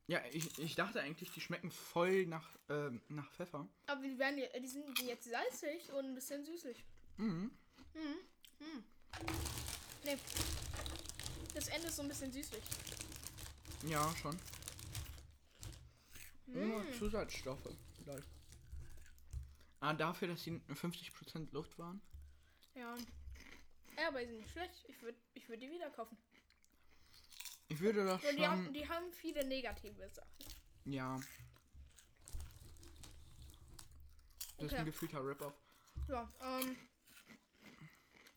Ja, ich, ich dachte eigentlich, die schmecken voll nach, ähm, nach Pfeffer.
aber die, werden, je- die sind jetzt salzig und ein bisschen süßlich.
Mhm.
Mhm. Mhm. Nee. Das Ende ist so ein bisschen süßlich.
Ja, schon. Ohne
Mm.
Zusatzstoffe. Lol. Ah, dafür, dass sie 50% Luft waren.
Ja. Ja, aber die sind nicht schlecht. Ich würde ich würd die wieder kaufen.
Ich würde das
Und die haben,
schon.
die haben viele negative Sachen.
Ja. Das ist
Okay.
ein gefühlter Rip-Off.
Ja, ähm.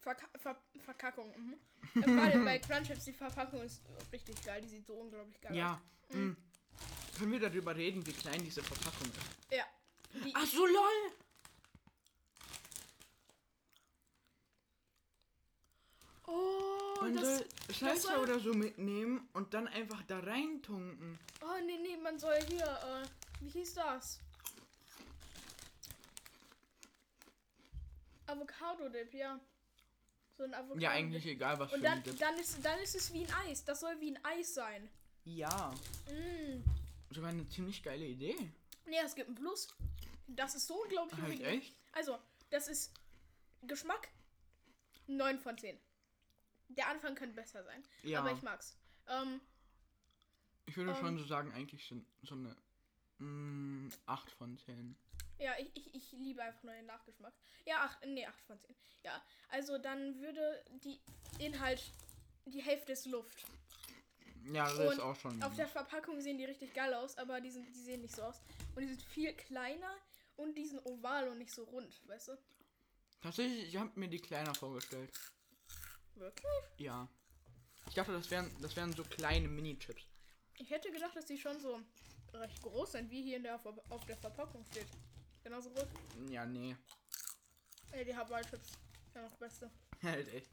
Verka Ver Verkackung. Mhm.
*laughs*
Äh, Gerade bei Crunchips, die Verpackung ist richtig geil. Die sieht so unglaublich geil aus.
Ja. Mhm. Können wir darüber reden, wie klein diese Verpackung ist?
Ja. Die,
Ach so, lol!
oh,
Man
das,
soll Salsa
war-
oder so mitnehmen und dann einfach da reintunken.
oh, nee, nee, man soll hier, äh, wie hieß das? Avocado-Dip, ja. So ein Avocado.
Ja, eigentlich egal, was
Und
für
dann,
ein Dip.
dann, ist, dann ist es wie ein Eis. Das soll wie ein Eis sein.
Ja.
Mm.
Sogar eine ziemlich geile Idee.
Nee, es gibt ein Plus. Das ist so unglaublich
Halt
originell.
echt?
Also, das ist Geschmack 9 von 10. Der Anfang könnte besser sein.
Ja.
Aber ich mag's. Ähm,
Ich würde
Ähm.
schon so sagen, eigentlich so, so eine mm, 8 von 10.
ja, ich, ich, ich liebe einfach nur den Nachgeschmack. Ja, 8, nee, 8 von 10. Ja, also dann würde die Inhalt, die Hälfte ist Luft.
Ja, das
Und
ist auch schon.
Auf der Verpackung sehen die richtig geil aus, aber die, sind, die sehen nicht so aus. Und die sind viel kleiner und die sind oval und nicht so rund, weißt du?
Tatsächlich, ich habe mir die kleiner vorgestellt.
Wirklich?
Ja. Ich dachte, das wären, das wären so kleine Mini-Chips.
Ich hätte gedacht, dass die schon so recht groß sind, wie hier in der, Ver- auf der Verpackung steht. Genauso groß.
Ja, nee. *laughs*
Ey, die Hawaii-Chips. Ja, noch beste.
Halt echt.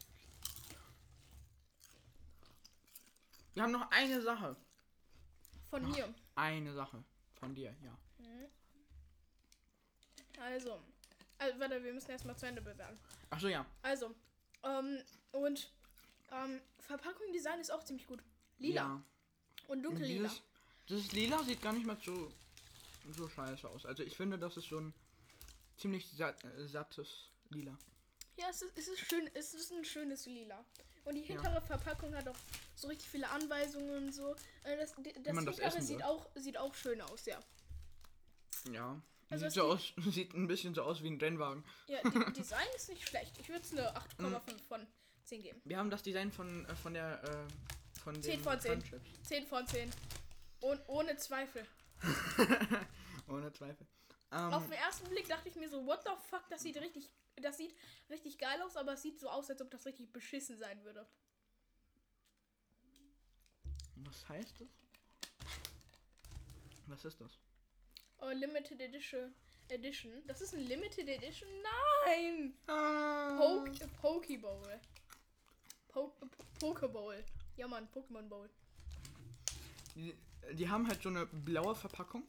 Wir haben noch eine Sache.
Von mir.
Eine Sache. Von dir, ja.
Also. Also, warte, wir müssen erstmal zu Ende bewerten.
Achso, ja.
Also, ähm, und ähm, Verpackung Design ist auch ziemlich gut. Lila
Ja.
und
Und
dunkellila.
Dieses, dieses Lila sieht gar nicht mal so, so scheiße aus. Also ich finde, das ist so ein ziemlich sat, äh, sattes Lila.
Ja, es ist, es ist schön, es ist ein schönes Lila. Und die
Ja.
hintere Verpackung hat auch so richtig viele Anweisungen und so. Äh, Das, das
man das
hintere
essen
sieht
soll.
auch, sieht auch schön aus, ja.
Ja.
Also
sieht,
es
so aus, *laughs* sieht ein bisschen so aus wie ein Rennwagen.
Ja,
*laughs*
die, Design ist nicht schlecht. Ich würde es eine
Hm.
8,5 von 10 geben.
Wir haben das Design von, äh, von der äh, von den
10 von 10.
Crunchips.
10 von 10. Und ohne Zweifel.
Ohne Zweifel.
Auf
Ähm,
den ersten Blick dachte ich mir so, what the fuck, das sieht richtig, das sieht richtig geil aus, aber es sieht so aus, als ob das richtig beschissen sein würde.
was heißt das? Was ist das?
Oh, Limited Edition. Edition. Das ist ein Limited Edition? Nein!
Ähm,
Poke, Pokeball. Poke, Pokeball. Ja, Mann, Pokémon Bowl.
Die, die haben halt so eine blaue Verpackung.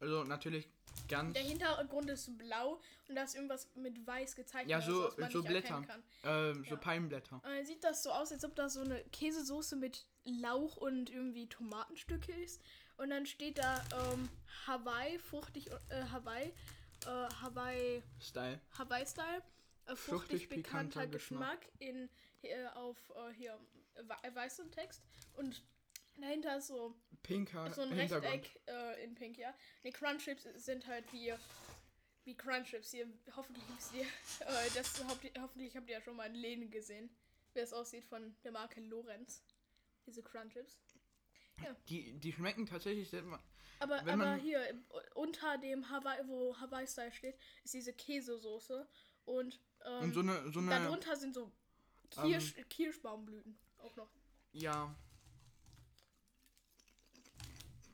Also natürlich ganz.
Der Hintergrund ist blau und da ist irgendwas mit weiß gezeichnet.
Ja,
oder
so,
was man
so
nicht erkennen
Blätter. Ähm, so
Ja.
Palmblätter.
Und dann sieht das so aus, als ob das so eine Käsesoße mit Lauch und irgendwie Tomatenstücke ist. Und dann steht da ähm, Hawaii, fruchtig, äh, Hawaii, äh, Hawaii,
Style.
Hawaii-Style. Äh, fruchtig,
Fruchtig,
pikanter,
pikanter
Geschmack, in, äh, auf äh, hier we- weißem Text. Und dahinter ist so,
Pinker
so ein
Hintergrund.
Rechteck äh, in Pink, ja. Ne, Crunchips sind halt wie, wie Crunchips hier. Hoffentlich gibt's die, *laughs* äh, das, haupt- hoffentlich habt ihr ja schon mal in Läden gesehen, wie das aussieht von der Marke Lorenz. Diese Crunchips.
Die, die schmecken tatsächlich sehr ma-
Aber,
Wenn
aber
man-
hier, im- unter dem Hawaii, wo Hawaii Style steht, ist diese Käsesoße. Und, ähm,
und so eine so eine
darunter sind so
Ähm,
Kirsch, Kirschbaumblüten auch noch.
ja.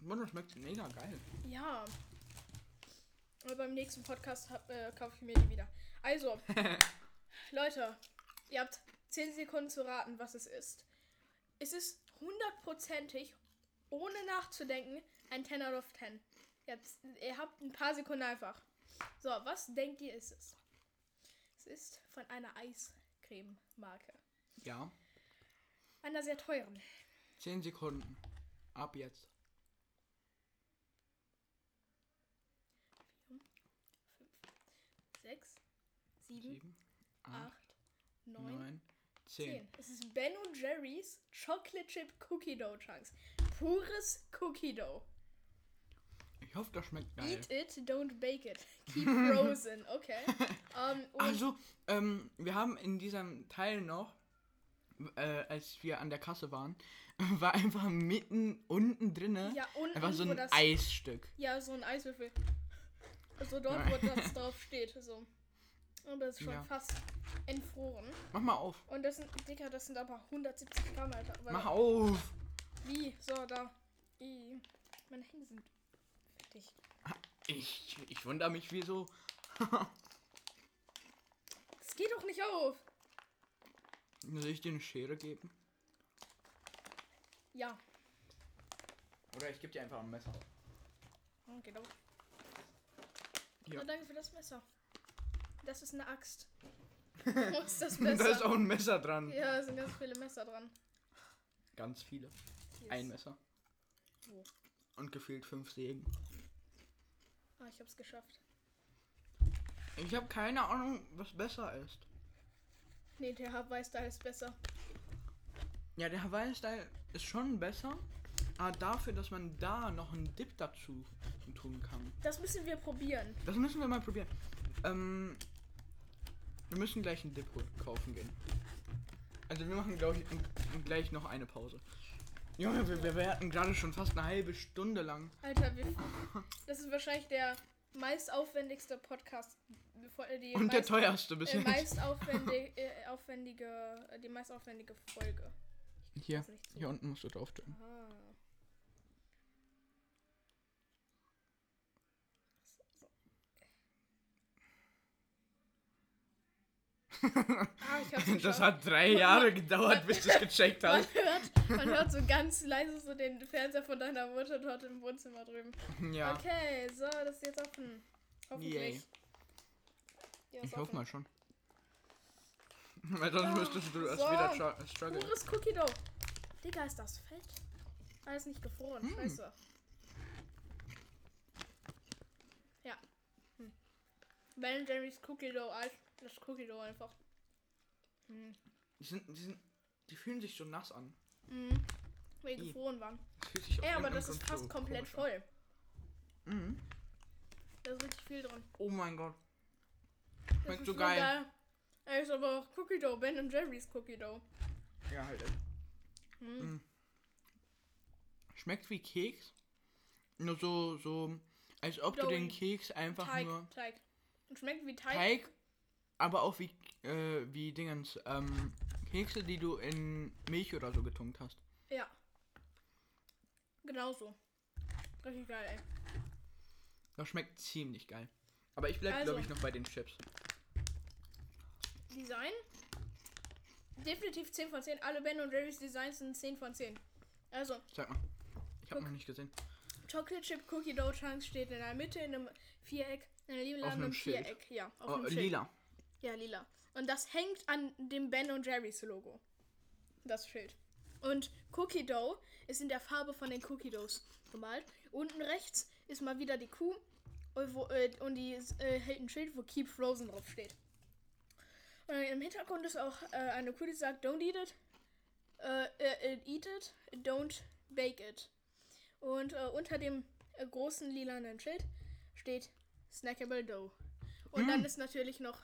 Boah, das schmeckt mega geil.
Ja. Aber beim nächsten Podcast hab, äh, kaufe ich mir die wieder. Also,
*laughs*
Leute, ihr habt 10 Sekunden zu raten, was es ist. es ist hundertprozentig, ohne nachzudenken, ein 10 out of 10. Jetzt, ihr habt ein paar Sekunden einfach. So, was denkt ihr, ist es? Es ist von einer Eiscreme-Marke.
Ja.
Einer sehr teuren.
10 Sekunden. Ab jetzt.
6, 7,
7,
8,
8,
9,
9, 10.
10. Es ist Ben Jerry's Chocolate Chip Cookie Dough Chunks. Pures Cookie Dough.
Ich hoffe, das schmeckt geil.
Eat it, don't bake it.
*laughs*
Keep frozen. Okay. Ähm, und
Also, ähm, wir haben in diesem Teil noch, äh, als wir an der Kasse waren, *laughs* war einfach mitten unten drinne
ja, unten,
ne? einfach so
wo
ein
das,
Eisstück.
Ja, so ein Eiswürfel. Also dort, wo das drauf steht. So. Und das ist schon
Ja.
fast entfroren.
Mach mal auf.
Und das sind, Dicker, das sind aber 170 Gramm, Alter. Aber
Mach auf.
Wie? So, da. I. Meine Hände sind fertig.
Ich, ich wundere mich, wieso.
Es geht doch nicht auf.
Soll ich dir eine Schere geben?
Ja.
Oder ich gebe dir einfach ein Messer.
Hm, Geht auf.
Ja.
Ja. danke für das Messer. Das ist
*laughs*
eine Axt. Wo ist das Messer?
Da ist auch ein Messer dran.
ja, da sind ganz viele Messer dran.
Ganz viele.
Yes. Oh.
Ein Messer.
Wo?
Und gefühlt fünf Sägen.
Ah, ich hab's geschafft.
Ich habe keine Ahnung, was besser ist.
Nee, der Hub weiß, da ist besser.
Ja, der Hawaii-Style ist schon besser, aber dafür, dass man da noch einen Dip dazu tun kann.
Das müssen wir probieren.
Das müssen wir mal probieren. Ähm, wir müssen gleich einen Dip hol- kaufen gehen. Also wir machen, glaube ich, n- gleich noch eine Pause. Junge, wir, wir werden gerade schon fast eine halbe Stunde lang.
Alter,
*laughs*
wir. Das ist wahrscheinlich der meistaufwendigste Podcast. äh, Die
Und der
meist-
teuerste bis
äh,
jetzt.
meistaufwendig, äh, aufwendige, äh, die meistaufwendige Folge.
Hier,
Ist nicht so.
hier unten musst du drauf drücken.
Ah. So. Ah,
*laughs*
ich hab's geschafft.
Das hat drei Jahre gedauert, bis du es gecheckt
man, *laughs*
hast.
hört, man hört so ganz leise so den Fernseher von deiner Mutter dort im Wohnzimmer drüben.
Ja,
Okay, so, das ist jetzt offen. Hoffentlich. Ja,
ich
ist
hoffe
offen.
mal schon. *laughs* Weil sonst
Ah,
müsstest du erst
so.
wieder tra- strugglen.
Pures Cookie Dough. Digga, ist das fett? Alles nicht gefroren,
Hm.
scheiße. Ja. Hm. Ben Jerry's Cookie Dough, Eis, das Cookie Dough einfach. Hm.
Die, sind, die, sind, die fühlen sich so nass an.
Mhm. Weil die
I.
gefroren waren.
Das fühlt sich auf
Ey, aber
irgendeinem
das ist
Grund
fast
so komisch
komplett voll.
an. Mhm.
Da ist richtig viel drin.
Oh mein Gott.
Das
Schmeckt
ist
so
so
geil.
Ey, ist aber auch Cookie Dough, Ben Jerry's Cookie Dough.
Ja, halt.
Hm.
Schmeckt wie Keks. Nur so, so als ob du
Doughy.
den Keks einfach
Teig,
nur
Teig. Und schmeckt wie Teig.
Teig, aber auch wie, äh, wie Dingens, ähm, Kekse, die du in Milch oder so getunkt hast.
Ja. Genau so. Richtig geil, ey.
Das schmeckt ziemlich geil. Aber ich bleibe,
Also.
glaube ich, noch bei den Chips.
Design? Definitiv 10 von 10. Alle Ben Jerry's Designs sind 10 von 10. Also,
Sag mal. Ich habe
Guck.
noch nicht gesehen.
Chocolate Chip Cookie Dough Chunks steht in der Mitte in einem Viereck. In einem lila
Auf einem Schild.
Viereck. Ja, auf
Oh,
einem Schild.
lila.
Ja, lila. Und das hängt an dem Ben Jerry's Logo. Das Schild. Und Cookie Dough ist in der Farbe von den Cookie Doughs gemalt. Unten rechts ist mal wieder die Kuh und, wo, äh, und die äh, hält ein Schild, wo Keep Frozen drauf steht. Und im Hintergrund ist auch äh, eine Kuh, die sagt, don't eat it, äh, äh, äh, eat it, don't bake it. Und äh, unter dem äh, großen lilanen Schild steht Snackable Dough. Und dann ist natürlich noch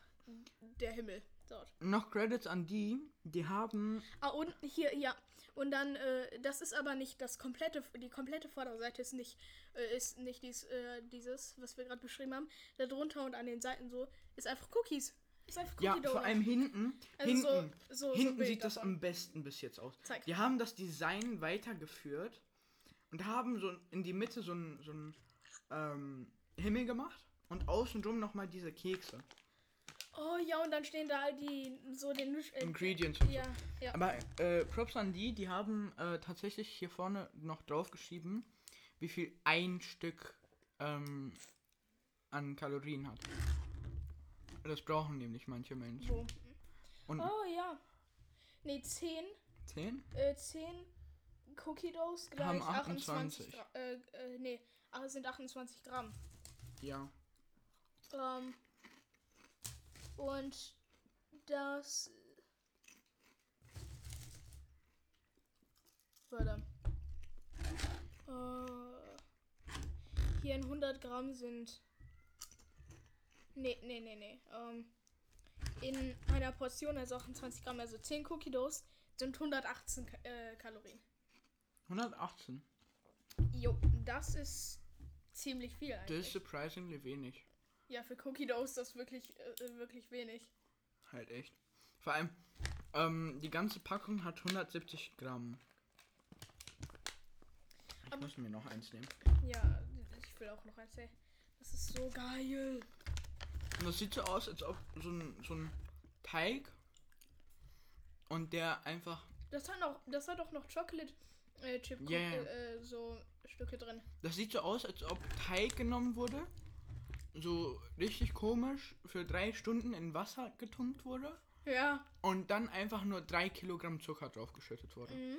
der Himmel dort.
Noch Credits an die, die haben
Ah, und hier, ja. Und dann, äh, das ist aber nicht das komplette, die komplette Vorderseite ist nicht, äh, ist nicht dies, äh, dieses, was wir gerade beschrieben haben. Darunter und an den Seiten so ist einfach Cookies. Ist einfach Cookie
Ja,
Dough.
vor allem hinten.
Also so-
hinten
so- so ein
hinten
Bild
sieht das
davon.
am besten bis jetzt aus.
Zeig.
Die haben das Design weitergeführt und haben so in die Mitte so einen so einen, ähm, Himmel gemacht und außen drum nochmal diese Kekse.
Oh ja, und dann stehen da all die so den Nusch- äh,
Ingredients und so.
Ja, ja.
Aber äh, Props an die, die haben äh, tatsächlich hier vorne noch draufgeschrieben, wie viel ein Stück ähm, an Kalorien hat. Das brauchen nämlich manche Menschen.
Wo?
Und
Oh ja. Ne, 10,
10?
äh, 10 Cookie Doughs gleich
Haben 28.
28. Gra- äh, äh, nee, ach, es sind 28 Gramm.
Ja.
Ähm, und das. Warte. Äh, hier in 100 Gramm sind. Nee, nee, nee, nee. Ähm, in einer Portion, also 28 Gramm, also 10 Cookie Doughs, sind 118 Ka äh, Kalorien.
118.
Jo, das ist ziemlich viel
Das ist
eigentlich.
surprisingly wenig.
Ja, für Cookie Doughs ist das wirklich, äh, äh, wirklich wenig.
Halt echt. Vor allem, ähm, die ganze Packung hat 170 Gramm. Ich
Aber-
muss mir noch eins nehmen.
Ja, ich will auch noch eins, ey. Das ist so geil.
Und das sieht so aus, als ob so ein, so ein Teig und der einfach.
Das hat auch, das hat auch noch Chocolate äh, Chip
Ja, ja.
äh, äh, so Stücke drin.
Das sieht so aus, als ob Teig genommen wurde. So richtig komisch für drei Stunden in Wasser getunkt wurde.
Ja.
Und dann einfach nur drei Kilogramm Zucker draufgeschüttet wurde.
Mhm.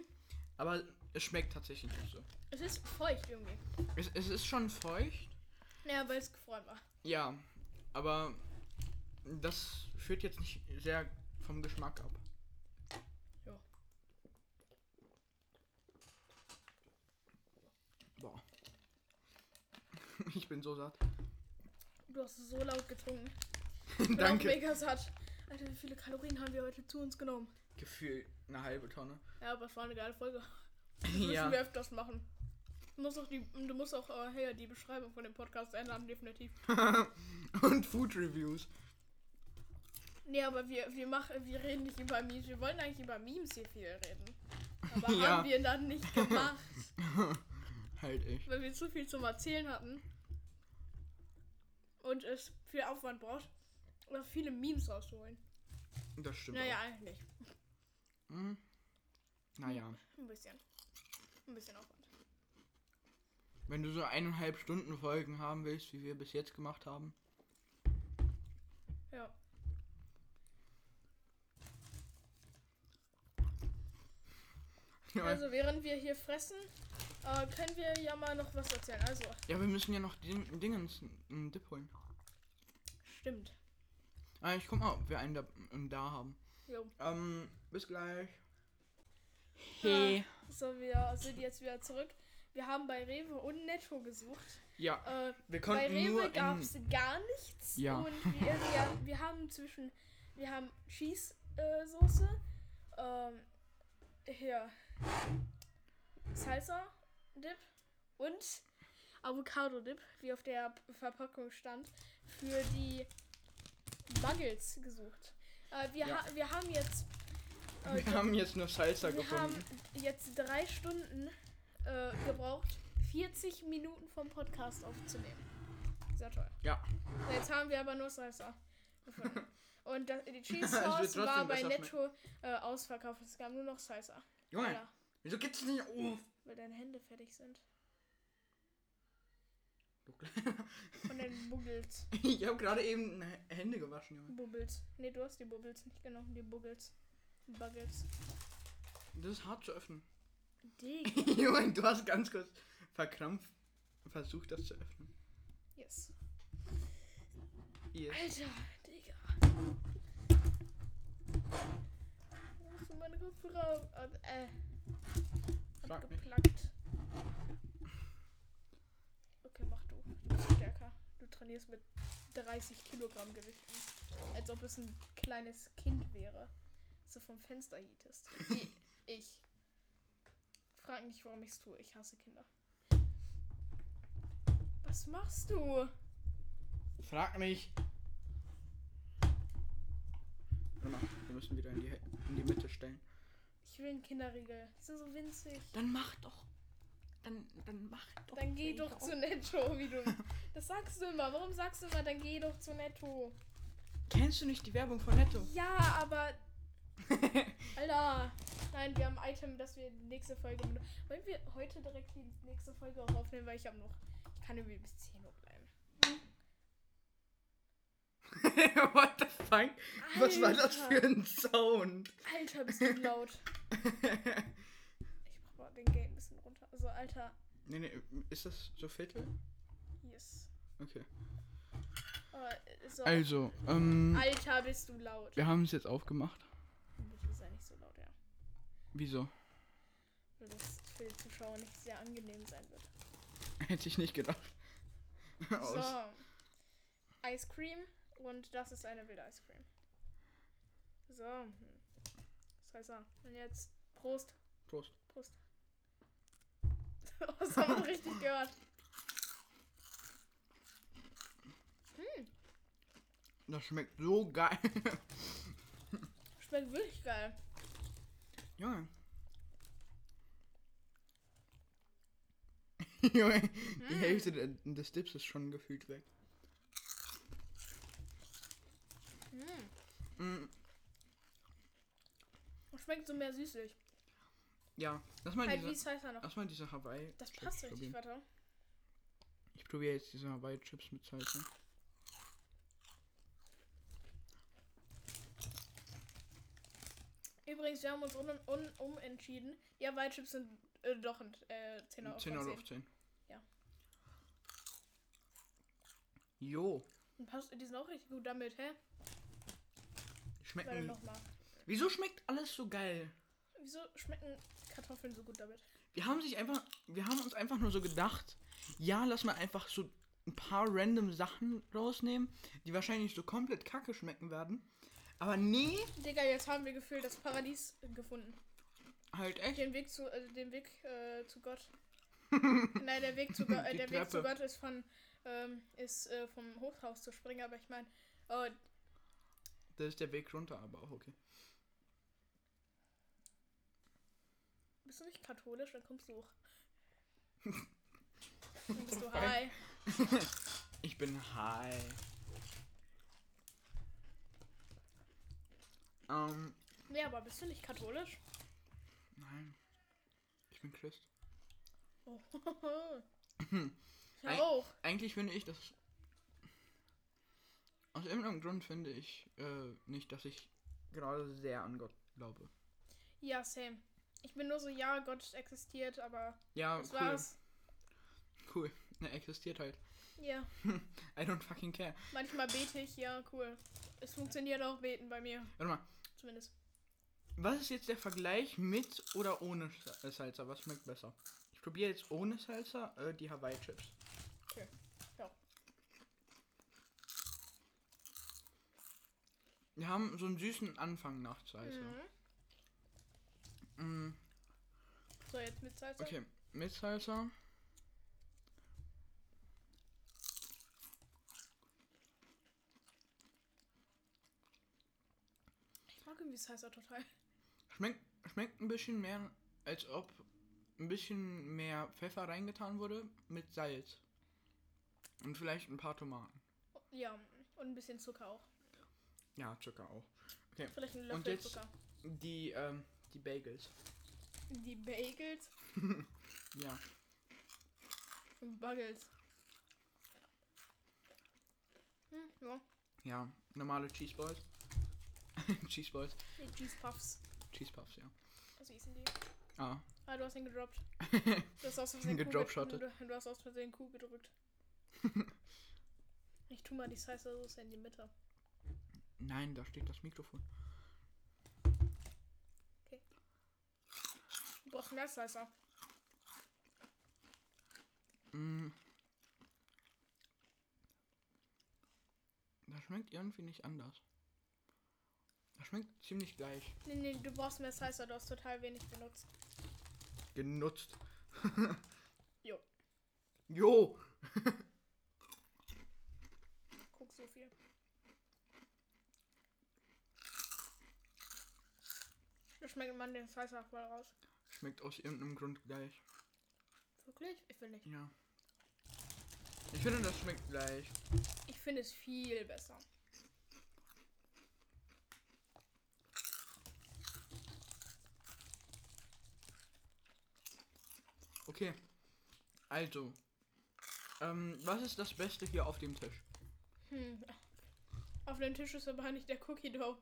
Aber es schmeckt tatsächlich nicht so.
Es ist feucht irgendwie.
Es, es ist schon feucht.
Naja, weil es gefroren war.
Ja, aber das führt jetzt nicht sehr vom Geschmack ab.
Jo.
Boah. *laughs* Ich bin so
*laughs*
satt.
Du hast so laut getrunken. Ich bin auch
Danke.
mega satt. Alter, wie viele Kalorien haben wir heute zu uns genommen?
Gefühl eine halbe Tonne.
Ja, aber es war eine geile Folge.
*laughs*
Müssen
ja.
wir öfters machen. Du musst auch, die, du musst auch äh, hey, die Beschreibung von dem Podcast ändern, definitiv.
*laughs* Und Food Reviews.
Nee, aber wir, wir, mach, wir reden nicht über Memes. Wir wollten eigentlich über Memes hier viel reden.
*laughs*
Aber
Ja.
haben wir dann nicht gemacht,
Halt echt.
weil wir zu viel zum Erzählen hatten. Und es viel Aufwand braucht, um viele Memes rauszuholen.
Das stimmt.
Naja, eigentlich nicht.
Auch. Mhm. Naja.
Ein bisschen. Ein bisschen Aufwand.
Wenn du so eineinhalb Stunden Folgen haben willst, wie wir bis jetzt gemacht haben,
Ja.
Ja,
Also während wir hier fressen, äh, können wir ja mal noch was erzählen. Also,
ja, wir müssen ja noch den Dingens einen Dip holen.
stimmt.
Ah, ich guck mal, ob wir einen da, einen da haben.
Jo.
Ähm, bis gleich.
Hey. Ah, So, wir sind jetzt wieder zurück. Wir haben bei Rewe und Netto gesucht.
Ja,
Äh,
wir
Bei
konnten nur
Rewe
in-
gab es gar nichts.
Ja.
Und wir, wir, wir haben zwischen. Wir haben Cheese-Soße, ähm, hier. Salsa-Dip und Avocado-Dip, wie auf der P- Verpackung stand, für die Muggles gesucht. Äh, wir,
Ja.
ha wir haben jetzt. äh,
Wir haben jetzt nur Salsa
wir
gefunden.
haben jetzt drei Stunden äh, gebraucht, 40 Minuten vom Podcast aufzunehmen. Sehr toll.
Ja.
Jetzt haben wir aber
*laughs*
nur Salsa gefunden. Und das, die Cheese
Es wird
Sauce
trotzdem
war bei
besser
Netto äh, ausverkauft. Es gab nur noch Salsa.
Junge,
Alter,
wieso geht's nicht auf? *laughs*
weil deine Hände fertig sind.
Du Kleiner.
Und dann bubbelt.
Ich habe gerade eben ne- Hände gewaschen, Junge.
Bubbelt. Nee, du hast die Bubbles nicht genommen, die Buggles. Buggles.
Das ist hart zu öffnen. *laughs*
Digga.
Junge, du hast ganz kurz verkrampft versucht, das zu öffnen.
Yes.
Yes.
Alter, Digga. Wo ist denn meine Kopfhörer? Und, Äh,
Frag mich.
abgeplackt. Okay, mach du. Du bist stärker. Du trainierst mit 30 Kilogramm Gewichten. Als ob es ein kleines Kind wäre, das du vom Fenster
*laughs*
hietest. I- Ich. Frag nicht, warum ich es tue. Ich hasse Kinder. Was machst du?
Frag mich. Warte mal, wir müssen wieder in die, He- in die Mitte stellen.
Ich will einen Kinderriegel. Sie sind so winzig.
Dann mach doch. Dann, dann mach doch.
Dann geh
*laughs*
doch zu Netto, wie du. Das sagst du immer. Warum sagst du immer, dann geh doch zu Netto?
Kennst du nicht die Werbung von Netto?
Ja, aber. Alter. Nein, wir haben ein Item, dass wir die nächste Folge. Mit... Wollen wir heute direkt die nächste Folge auch aufnehmen, weil ich habe noch. Ich kann irgendwie bis 10 Uhr bleiben.
*laughs* What the fuck? Was war das
Alter.
für ein Sound?
Alter, bist du laut. Ich brauche den Game ein bisschen runter. Also, Alter.
*laughs* nee, nee, ist das so Viertel?
Yes.
Okay.
Aber, äh, so.
Also, ähm,
Alter, bist du laut.
wir haben es jetzt aufgemacht.
Bitte sei nicht so laut, ja.
Wieso? *laughs*
Weil das für die Zuschauer nicht sehr angenehm sein wird.
Hätte ich nicht gedacht. *laughs* Aus.
So. Ice Cream und das ist eine wilde Ice Cream. So. hm. Was soll ich sagen? Und jetzt Prost.
Prost.
Prost. *laughs* Oh, das haben
*laughs*
wir richtig gehört.
Das schmeckt so geil. *laughs*
Schmeckt wirklich geil.
Junge. *laughs* Junge, die
Hm.
Hälfte der- des Dips ist schon gefühlt weg.
Hm.
Mm,
Und schmeckt so mehr süßlich.
ja, lass mal,
Halt, wie
diese,
ist heißer noch?
lass mal diese Hawaii.
Das
Chips
passt richtig,
probieren.
warte.
Ich probiere jetzt diese Hawaii Chips mit Salsa.
Übrigens, wir haben uns un un umentschieden. Ja, White Chips sind äh, doch ein äh, 10 Euro.
10
von
Euro
10.
auf 10.
Ja.
Jo,
Und passt, die sind auch richtig gut damit, hä?
die
Warte
schmecken.
nochmal.
Wieso schmeckt alles so geil?
Wieso schmecken Kartoffeln so gut damit?
Wir haben sich einfach, wir haben uns einfach nur so gedacht, ja, lass mal einfach so ein paar random Sachen rausnehmen, die wahrscheinlich so komplett kacke schmecken werden. Aber nee,
Digga, jetzt haben wir gefühlt das Paradies gefunden.
halt echt.
Den Weg zu, äh, den Weg äh,
*laughs*
zu Gott. Nein, der Weg zu, Go äh,
Die
der Weg zu
Treppe.
Gott ist von ähm, ist äh, vom Hochhaus zu springen, aber ich meine, oh,
Das ist der Weg runter, aber auch okay.
bist du nicht katholisch? Dann kommst du hoch. Dann
*laughs*
bist du high.
Fein. Ich bin high. Ähm,
Nee, aber bist du nicht katholisch?
nein. Ich bin Christ. *laughs*
Oh.
Ein-
ja, auch.
Eigentlich finde ich das. Aus irgendeinem Grund finde ich äh, nicht, dass ich gerade sehr an Gott glaube.
Ja, same. Ich bin nur so, ja, Gott existiert, aber
Ja,
das
Oh, cool.
war's.
Cool. Er existiert halt.
Ja.
I don't fucking care.
Manchmal bete ich, ja, cool. Es funktioniert auch beten bei mir,
Warte mal.
zumindest.
Was ist jetzt der Vergleich mit oder ohne Sa- äh, Salsa? Was schmeckt besser? Ich probiere jetzt ohne Salsa äh, die Hawaii Chips.
Ja.
Wir haben so einen süßen Anfang nach Salsa.
Mhm.
Mm,
So, jetzt mit Salz.
okay, mit Salsa.
Ich mag irgendwie Salsa total.
Schmeckt, schmeckt ein bisschen mehr, als ob ein bisschen mehr Pfeffer reingetan wurde mit Salz. Und vielleicht ein paar Tomaten.
Ja, und ein bisschen Zucker auch.
Ja, Zucker auch.
Vielleicht einen
Und
Löffel
jetzt-
Zucker.
Die, ähm, die Bagels.
Die Bagels
Ja.
und Buggles. Hm, ja.
Ja, normale Cheese Balls. *laughs* Cheese Balls.
Die Cheese Puffs.
Cheese Puffs, ja.
Was hießen die?
Ah.
Ah, du hast ihn gedroppt.
*laughs*
Du hast aus Versehen
Gedropshottet.
Q, du, du hast aus Versehen
*laughs*
Q gedrückt. ich tu mal die Salsa Soße in die Mitte.
Nein, da steht das Mikrofon.
Du brauchst mehr Salsa.
Mm. Das schmeckt irgendwie nicht anders. Das schmeckt ziemlich gleich.
Nee, nee, du brauchst mehr Salsa. Du hast total wenig benutzt.
Genutzt.
*laughs* Jo.
Jo!
Guck so viel. Da schmeckt man den Salsa voll raus.
Schmeckt aus irgendeinem Grund gleich.
Wirklich? Ich will nicht.
Ja. Ich finde, das schmeckt gleich.
Ich finde es viel besser.
Okay. Also. Ähm, was ist das Beste hier auf dem Tisch?
Hm. Auf dem Tisch ist aber nicht der Cookie Dough.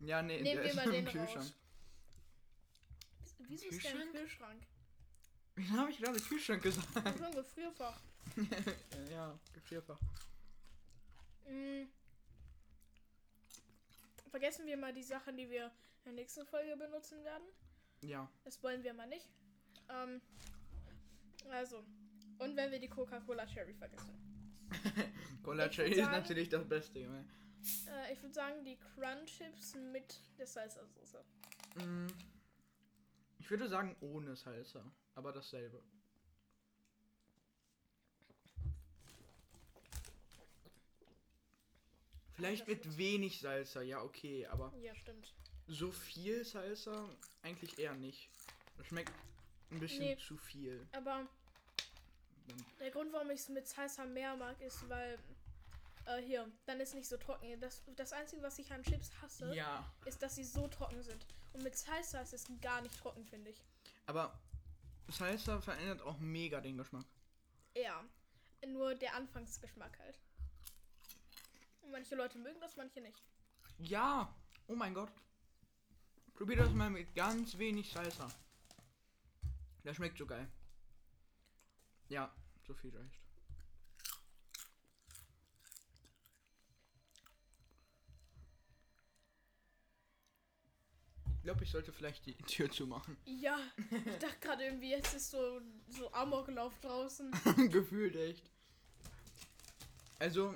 ja, nee,
Nehmt
der
ihr
ist
mal
nur *laughs*
den
im Kühlschrank.
raus. Wieso ist der im
Kühlschrank?
Kühlschrank?
Wieso habe ich gerade Kühlschrank gesagt? *laughs*
Das ist ein Gefrierfach.
ja, Gefrierfach.
Hm. Vergessen wir mal die Sachen, die wir in der nächsten Folge benutzen werden.
Ja.
Das wollen wir mal nicht. Ähm, also. Und wenn wir die Coca-Cola Cherry vergessen.
Cola
Ich würd
Cherry ist
sagen-
natürlich das Beste, Junge.
Äh, ich würde sagen, die Crunch Chips mit der Salsa-Soße.
Mm. Ich würde sagen ohne Salsa, aber dasselbe. Vielleicht
das
mit wenig Salsa, ja okay, aber
Ja, stimmt.
so viel Salsa eigentlich eher nicht. Das schmeckt ein bisschen
Nee.
zu viel.
Aber
Dann-
der Grund, warum ich es mit Salsa mehr mag, ist, weil. Äh, hier, dann ist nicht so trocken. Das, das Einzige, was ich an Chips hasse,
Ja,
ist, dass sie so trocken sind. Und mit Salsa ist es gar nicht trocken, finde ich.
aber Salsa verändert auch mega den Geschmack.
Ja. Nur der Anfangsgeschmack halt. Und manche Leute mögen das, manche nicht.
Ja, oh mein Gott. Probier das mal mit ganz wenig Salsa. Das schmeckt so geil. Ja, so viel reicht. Ich glaube, ich sollte vielleicht die *laughs* Tür zumachen.
Ja, ich dachte gerade irgendwie, jetzt ist so, so Amoklauf draußen.
Gefühlt echt. Also,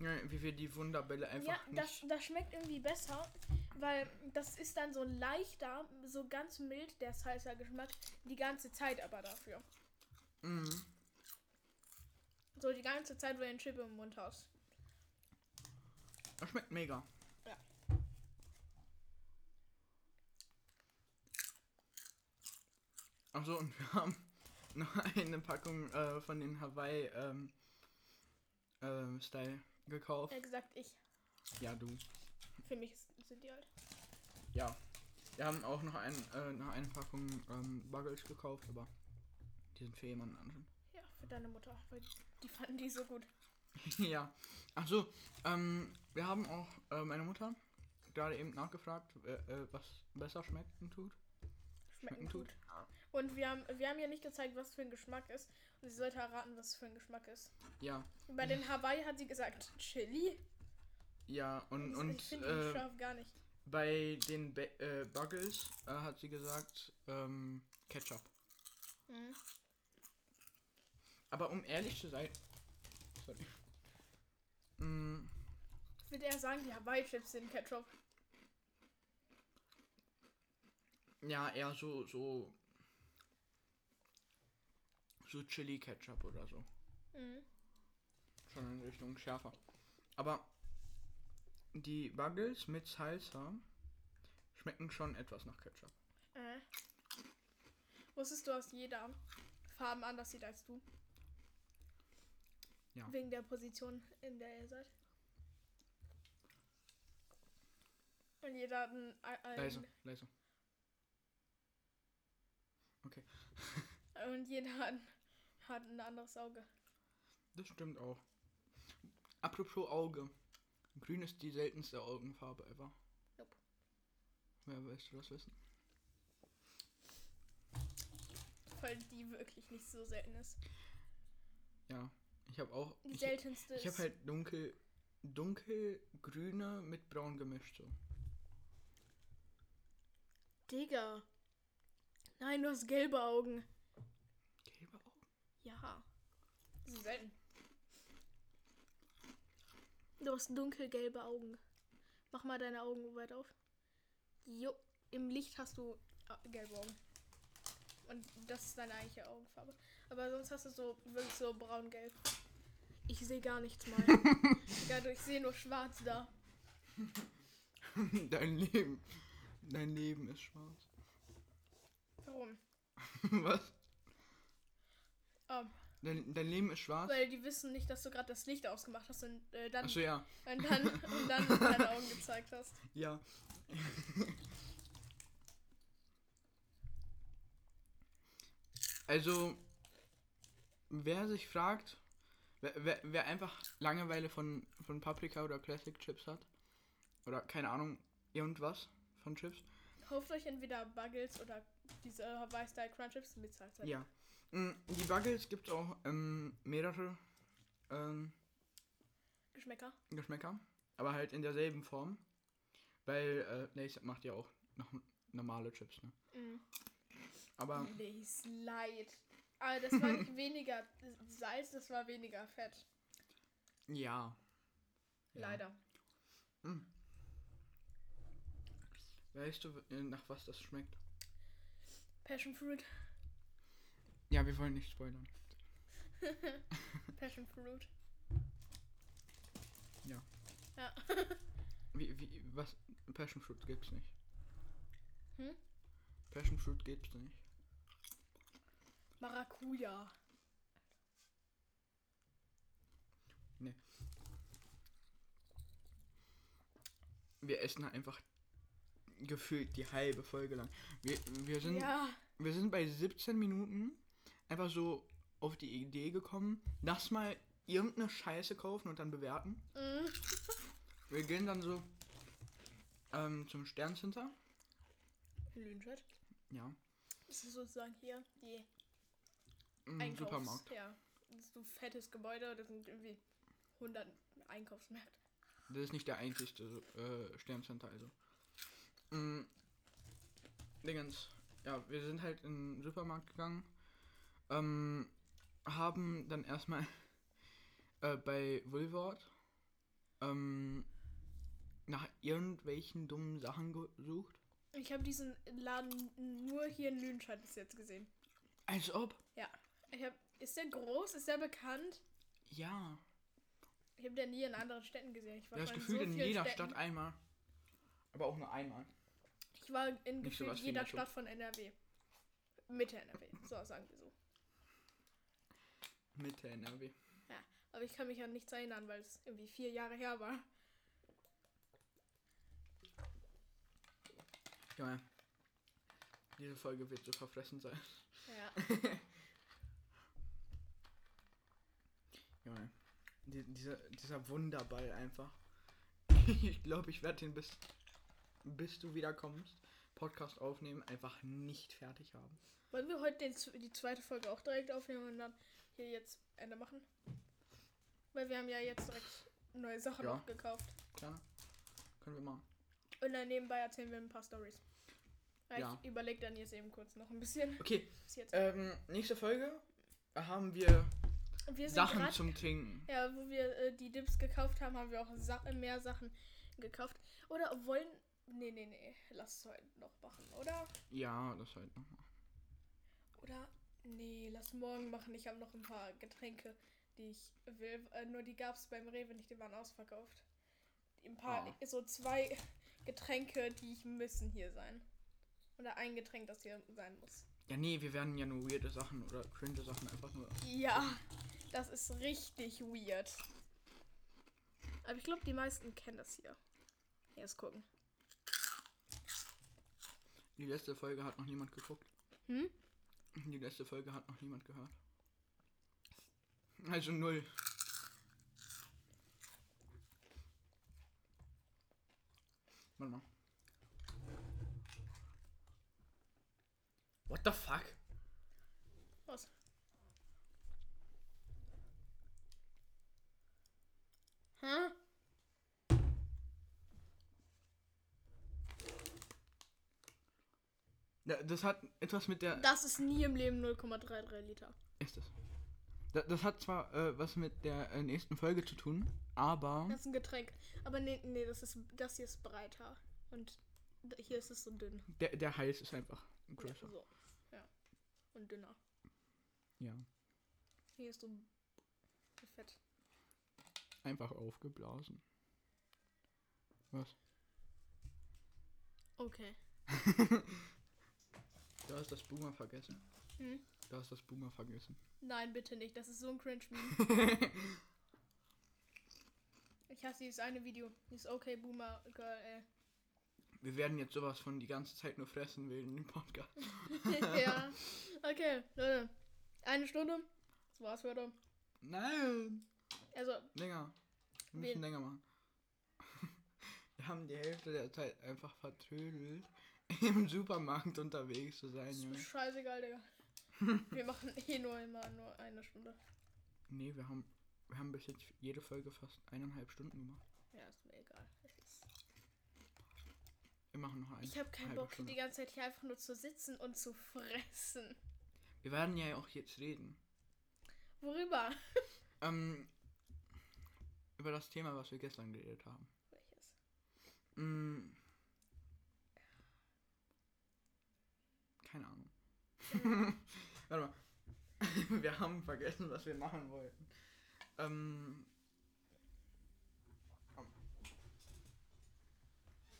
ja, wie wir die Wunderbälle einfach
ja, das,
nicht...
das schmeckt irgendwie besser, weil das ist dann so leichter, so ganz mild der Salsa-Geschmack, die ganze Zeit aber dafür.
Mhm.
So die ganze Zeit, wo du den Chip im Mund hast.
Das schmeckt mega.
Ja.
Achso, und wir haben *laughs* noch eine Packung äh, von den Hawaii ähm, ähm, Style gekauft.
Er gesagt, ich.
Ja, du.
Für mich ist- sind die halt.
Ja. Wir haben auch noch, ein, äh, noch eine Packung ähm, Buggles gekauft, aber die sind für jemanden anderen. *laughs*
Ja, für deine Mutter. Weil die fanden die so gut.
ja. Achso, ähm, wir haben auch äh, meine Mutter gerade eben nachgefragt, äh, äh, was besser schmeckt und tut.
Schmecken gut. Und wir haben, wir haben ja nicht gezeigt, was für ein Geschmack ist. Und sie sollte erraten, was für ein Geschmack ist.
Ja,
Bei den Hawaii hat sie gesagt Chili.
ja, und,
Also, ich
und
finde den
äh,
scharf gar nicht.
bei den Be äh, Buggles äh, hat sie gesagt, ähm, Ketchup.
Mhm.
Aber um ehrlich zu sein, sorry. Mm,
Ich würde eher sagen, die Hawaii-Chips sind Ketchup.
ja, eher so, so, so Chili-Ketchup oder so.
Mhm.
Schon in Richtung schärfer. Aber die Buggles mit Salsa schmecken schon etwas nach Ketchup.
Äh. Wusstest du, dass jeder Farben anders sieht als du?
Ja.
Wegen der Position, in der ihr seid. Und jeder hat ein, ein,
Leise, leise. Okay,
und jeder hat, hat ein anderes Auge.
das stimmt auch. Apropos Auge. Grün ist die seltenste Augenfarbe ever.
Nope.
Wer willst du das wissen?
Weil die wirklich nicht so selten ist.
Ja, ich habe auch.
Die
Ich,
seltenste
ich habe
ist.
halt dunkel, dunkelgrüne mit braun gemischt so.
Digga. Nein, du hast gelbe Augen.
Gelbe Augen.
Ja. Die sind selten. Du hast dunkelgelbe Augen. Mach mal deine Augen weit auf. Jo, im Licht hast du äh, gelbe Augen. Und das ist deine eigentliche Augenfarbe. Aber sonst hast du so wirklich so braun-gelb. Ich sehe gar nichts mal. Digga, du, ich sehe nur schwarz da.
*laughs* Dein Leben. Dein Leben ist schwarz. *laughs*
Warum?
Was?
Ah,
Dein, dein Leben ist schwarz?
weil die wissen nicht, dass du gerade das Licht ausgemacht hast und äh, dann
Achso, ja.
Und dann, und dann deine Augen gezeigt hast.
Ja. Also, wer sich fragt, wer, wer, wer einfach Langeweile von, von Paprika oder Classic Chips hat, oder keine Ahnung, irgendwas von Chips,
Kauft euch entweder Buggles oder diese äh, Hawaii Style Crunch Chips mit Salsa.
ja. Mm, Die Buggles gibt es auch ähm, mehrere ähm,
Geschmäcker.
Geschmäcker, aber halt in derselben Form, weil äh, Lace macht ja auch noch normale Chips, ne?
Mhm.
Aber
Lays leid. Aber das
*laughs*
war nicht weniger Salz, das war weniger Fett.
ja. Ja.
Leider.
Mm. Weißt du, äh, nach was das schmeckt?
Passion Fruit.
Ja, wir wollen nicht spoilern.
Passion Fruit.
Ja.
Ja. *laughs*
Wie, wie, was? Passion Fruit gibt's nicht.
Hm?
Passion Fruit gibt's nicht.
Maracuja.
Wir essen einfach gefühlt die halbe Folge lang. Wir, wir, sind,
Ja.
wir sind bei 17 Minuten einfach so auf die Idee gekommen, lass mal irgendeine Scheiße kaufen und dann bewerten.
Mhm.
Wir gehen dann so ähm, zum Sterncenter.
Lühnschritt.
Ja.
Das ist sozusagen hier die
Im
Einkaufs...
Supermarkt.
Ja. Das ist so ein fettes Gebäude, das sind irgendwie 100 Einkaufsmärkte.
Das ist nicht der einzigste äh, Sterncenter, also. Mm, Dingens. Ja, wir sind halt in den Supermarkt gegangen. Ähm, haben dann erstmal *laughs* äh, bei Woolworth ähm, nach irgendwelchen dummen Sachen gesucht.
Ich habe diesen Laden nur hier in Lüdenscheid bis jetzt gesehen.
Als ob.
Ja. Ich hab, ist der groß? Ist der bekannt?
Ja.
Ich habe den nie in anderen Städten gesehen. Ich war
Das
schon
Gefühl
so
in
vielen
jeder
Städten.
Stadt einmal. Aber auch nur einmal.
Ich war in
Nicht so
gefühlt
was wie
jeder
Netto.
Stadt von NRW. Mitte NRW, so sagen wir so.
Mitte NRW.
Ja. Aber ich kann mich an nichts erinnern, weil es irgendwie vier Jahre her war.
Junge. Diese Folge wird so verfressen sein.
Ja.
Junge. Die, dieser, dieser Wunderball einfach. *laughs* ich glaube, ich werde den bis, bis du wieder kommst, Podcast aufnehmen, einfach nicht fertig haben.
*laughs* Wollen wir heute den, z- die zweite Folge auch direkt aufnehmen und dann hier jetzt Ende machen? Weil wir haben ja jetzt direkt neue Sachen
Ja.
noch gekauft.
Klar. Können wir machen.
Und dann nebenbei erzählen wir ein paar Stories.
Ja.
Ich überlege dann jetzt eben kurz noch ein bisschen. *laughs*
Okay,
Bis jetzt.
ähm, nächste Folge haben wir
wir sind
Sachen
grad-
zum Trinken.
Ja, wo wir äh, die Dips gekauft haben, haben wir auch Sa mehr Sachen gekauft. Oder wollen. Nee, nee, nee. Lass es heute noch machen, oder?
Ja, das halt nochmal.
Oder. Nee, lass morgen machen. Ich habe noch ein paar Getränke, die ich will. Äh, nur die gab es beim Rewe nicht, die waren ausverkauft. Ein paar,
Ah.
so zwei Getränke, die ich müssen hier sein. Oder ein Getränk, das hier sein muss.
Ja, nee, wir werden ja nur weirde Sachen oder cringe Sachen einfach nur.
Ja, das ist richtig weird. Aber ich glaube, die meisten kennen das hier. Erst gucken.
Die letzte Folge hat noch niemand geguckt.
Hm?
Die letzte Folge hat noch niemand gehört. Also null. Warte mal. What the fuck?
Was? Hä?
Da- Das hat etwas mit der.
Das ist nie im Leben 0,33 Liter.
Ist das? Da- Das hat zwar äh, was mit der äh, nächsten Folge zu tun, aber.
Das ist ein Getränk. Aber nee, nee, das ist das hier ist breiter. Und d- hier ist es so dünn.
Der, der Hals ist einfach
Ja,
größer.
so. Ja. Und dünner.
Ja.
Hier ist so so fett.
Einfach aufgeblasen. Was?
Okay.
Du hast das Boomer vergessen.
Hm?
Du hast das Boomer vergessen.
Nein, bitte nicht. Das ist so ein Cringe-Meme.
*laughs*
ich hasse dieses eine Video. Dieses Okay Boomer Girl, ey. *laughs*
Wir werden jetzt sowas von die ganze Zeit nur fressen will in dem Podcast.
ja. Okay, Leute. Eine Stunde. Das war's für heute.
Nein,
Also,
länger. Wir
Wir-
müssen länger machen. *laughs* Wir haben die Hälfte der Zeit einfach vertrödelt, *laughs* im Supermarkt unterwegs zu sein,
ist mir
Junge.
scheißegal,
*laughs*
Digga. Wir machen eh nur immer nur eine Stunde.
Nee, wir haben, wir haben bis jetzt jede Folge fast eineinhalb Stunden gemacht.
Ja, ist mir egal. Es ist-
Wir machen noch eine.
Ich habe keinen
halbe
Bock,
Stunde.
die ganze Zeit hier einfach nur zu sitzen und zu fressen.
Wir werden ja auch jetzt reden.
Worüber?
Ähm, über das Thema, was wir gestern geredet haben.
Welches?
Mm. Keine Ahnung. *laughs* Warte mal. *laughs* Wir haben vergessen, was wir machen wollten. Ähm. ähm,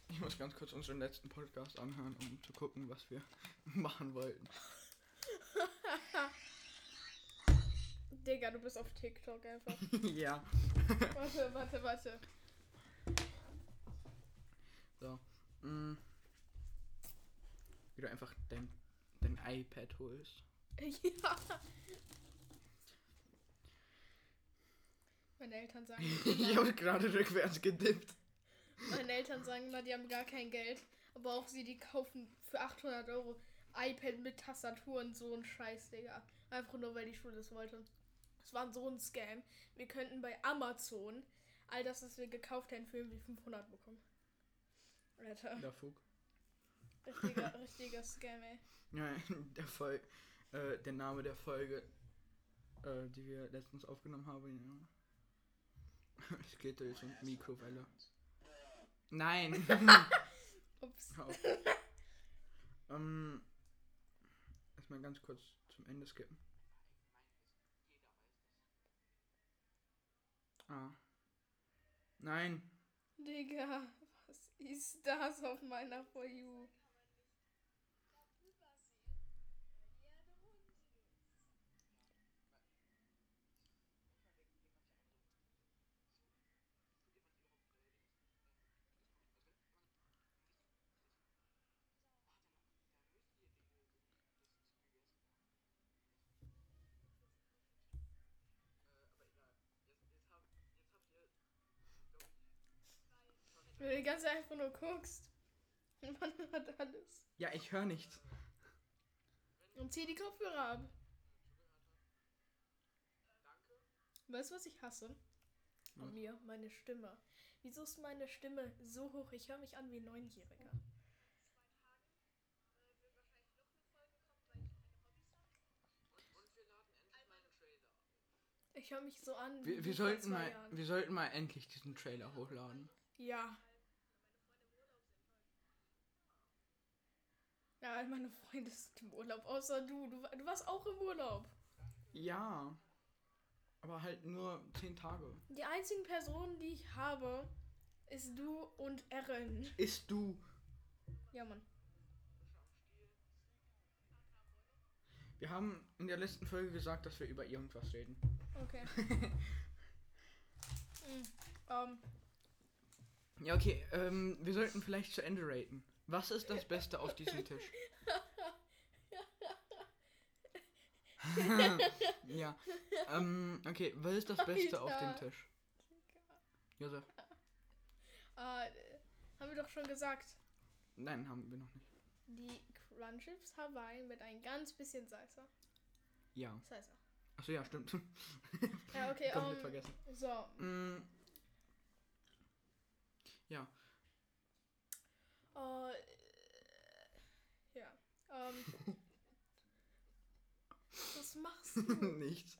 Ich muss ganz kurz unseren letzten Podcast anhören, um zu gucken, was wir *laughs* machen wollten. *laughs*
Digga, du bist auf TikTok
*laughs*
einfach.
ja.
Warte, warte, warte.
Mm. Wie du einfach dein, dein iPad holst. *laughs*
*laughs* ja. Meine
*laughs*
Eltern sagen,
ich habe gerade rückwärts gedippt.
meine Eltern sagen immer, die haben gar kein Geld. Aber auch sie, die kaufen für 800 Euro iPad mit Tastatur und so ein Scheiß, Digga. Einfach nur, weil die Schule das wollte. Es war so ein Scam. Wir könnten bei Amazon all das, was wir gekauft hätten, für irgendwie 500 bekommen. Alter,
Der Fug.
richtiger, richtiger Scam, ey.
Ja, der, Fol äh, der Name der Folge, äh, die wir letztens aufgenommen haben. Ja. Skittles und Mikrowelle. Nein!
Ups.
Hör auf. ähm, erstmal ganz kurz zum Ende skippen. Ah. Nein!
Digga, was ist das auf meiner For You? Wenn du die ganze Zeit einfach nur guckst. *laughs* Und man hört alles.
Ja, ich höre nichts.
Und zieh die Kopfhörer ab. Weißt du, was ich hasse? An
Was?
mir, meine Stimme. Wieso ist meine Stimme so hoch? Ich höre mich an wie ein Neunjähriger. Ich höre mich so an.
Wir,
wie
wir,
vor
sollten
zwei
mal,
Jahren.
wir sollten mal endlich diesen Trailer hochladen.
Ja. Ja, all meine Freunde sind im Urlaub, außer du. Du, wa- du warst auch im Urlaub.
Ja. Aber halt nur zehn Tage.
Die einzigen Personen, die ich habe, ist du und Erin.
Ist du.
Ja, Mann.
Wir haben in der letzten Folge gesagt, dass wir über irgendwas reden. *laughs*
Okay. mm, ähm,
Ja, okay. Ähm, wir sollten vielleicht zu Ende raten. Was ist das Beste auf diesem Tisch? *laughs* ja. Ähm, okay, was ist das Beste auf dem
Alter.
Tisch? Josef.
äh, äh, haben wir doch schon gesagt.
Nein, haben wir noch nicht.
Die Crunchips Hawaii mit ein ganz bisschen Salsa.
Ja.
Salsa.
Achso, ja, stimmt. *laughs*
Ja, okay.
Komplett
ähm,
vergessen.
so,
Mm, *laughs*
Äh, ja.
*laughs*
Ähm, was machst du?
nichts.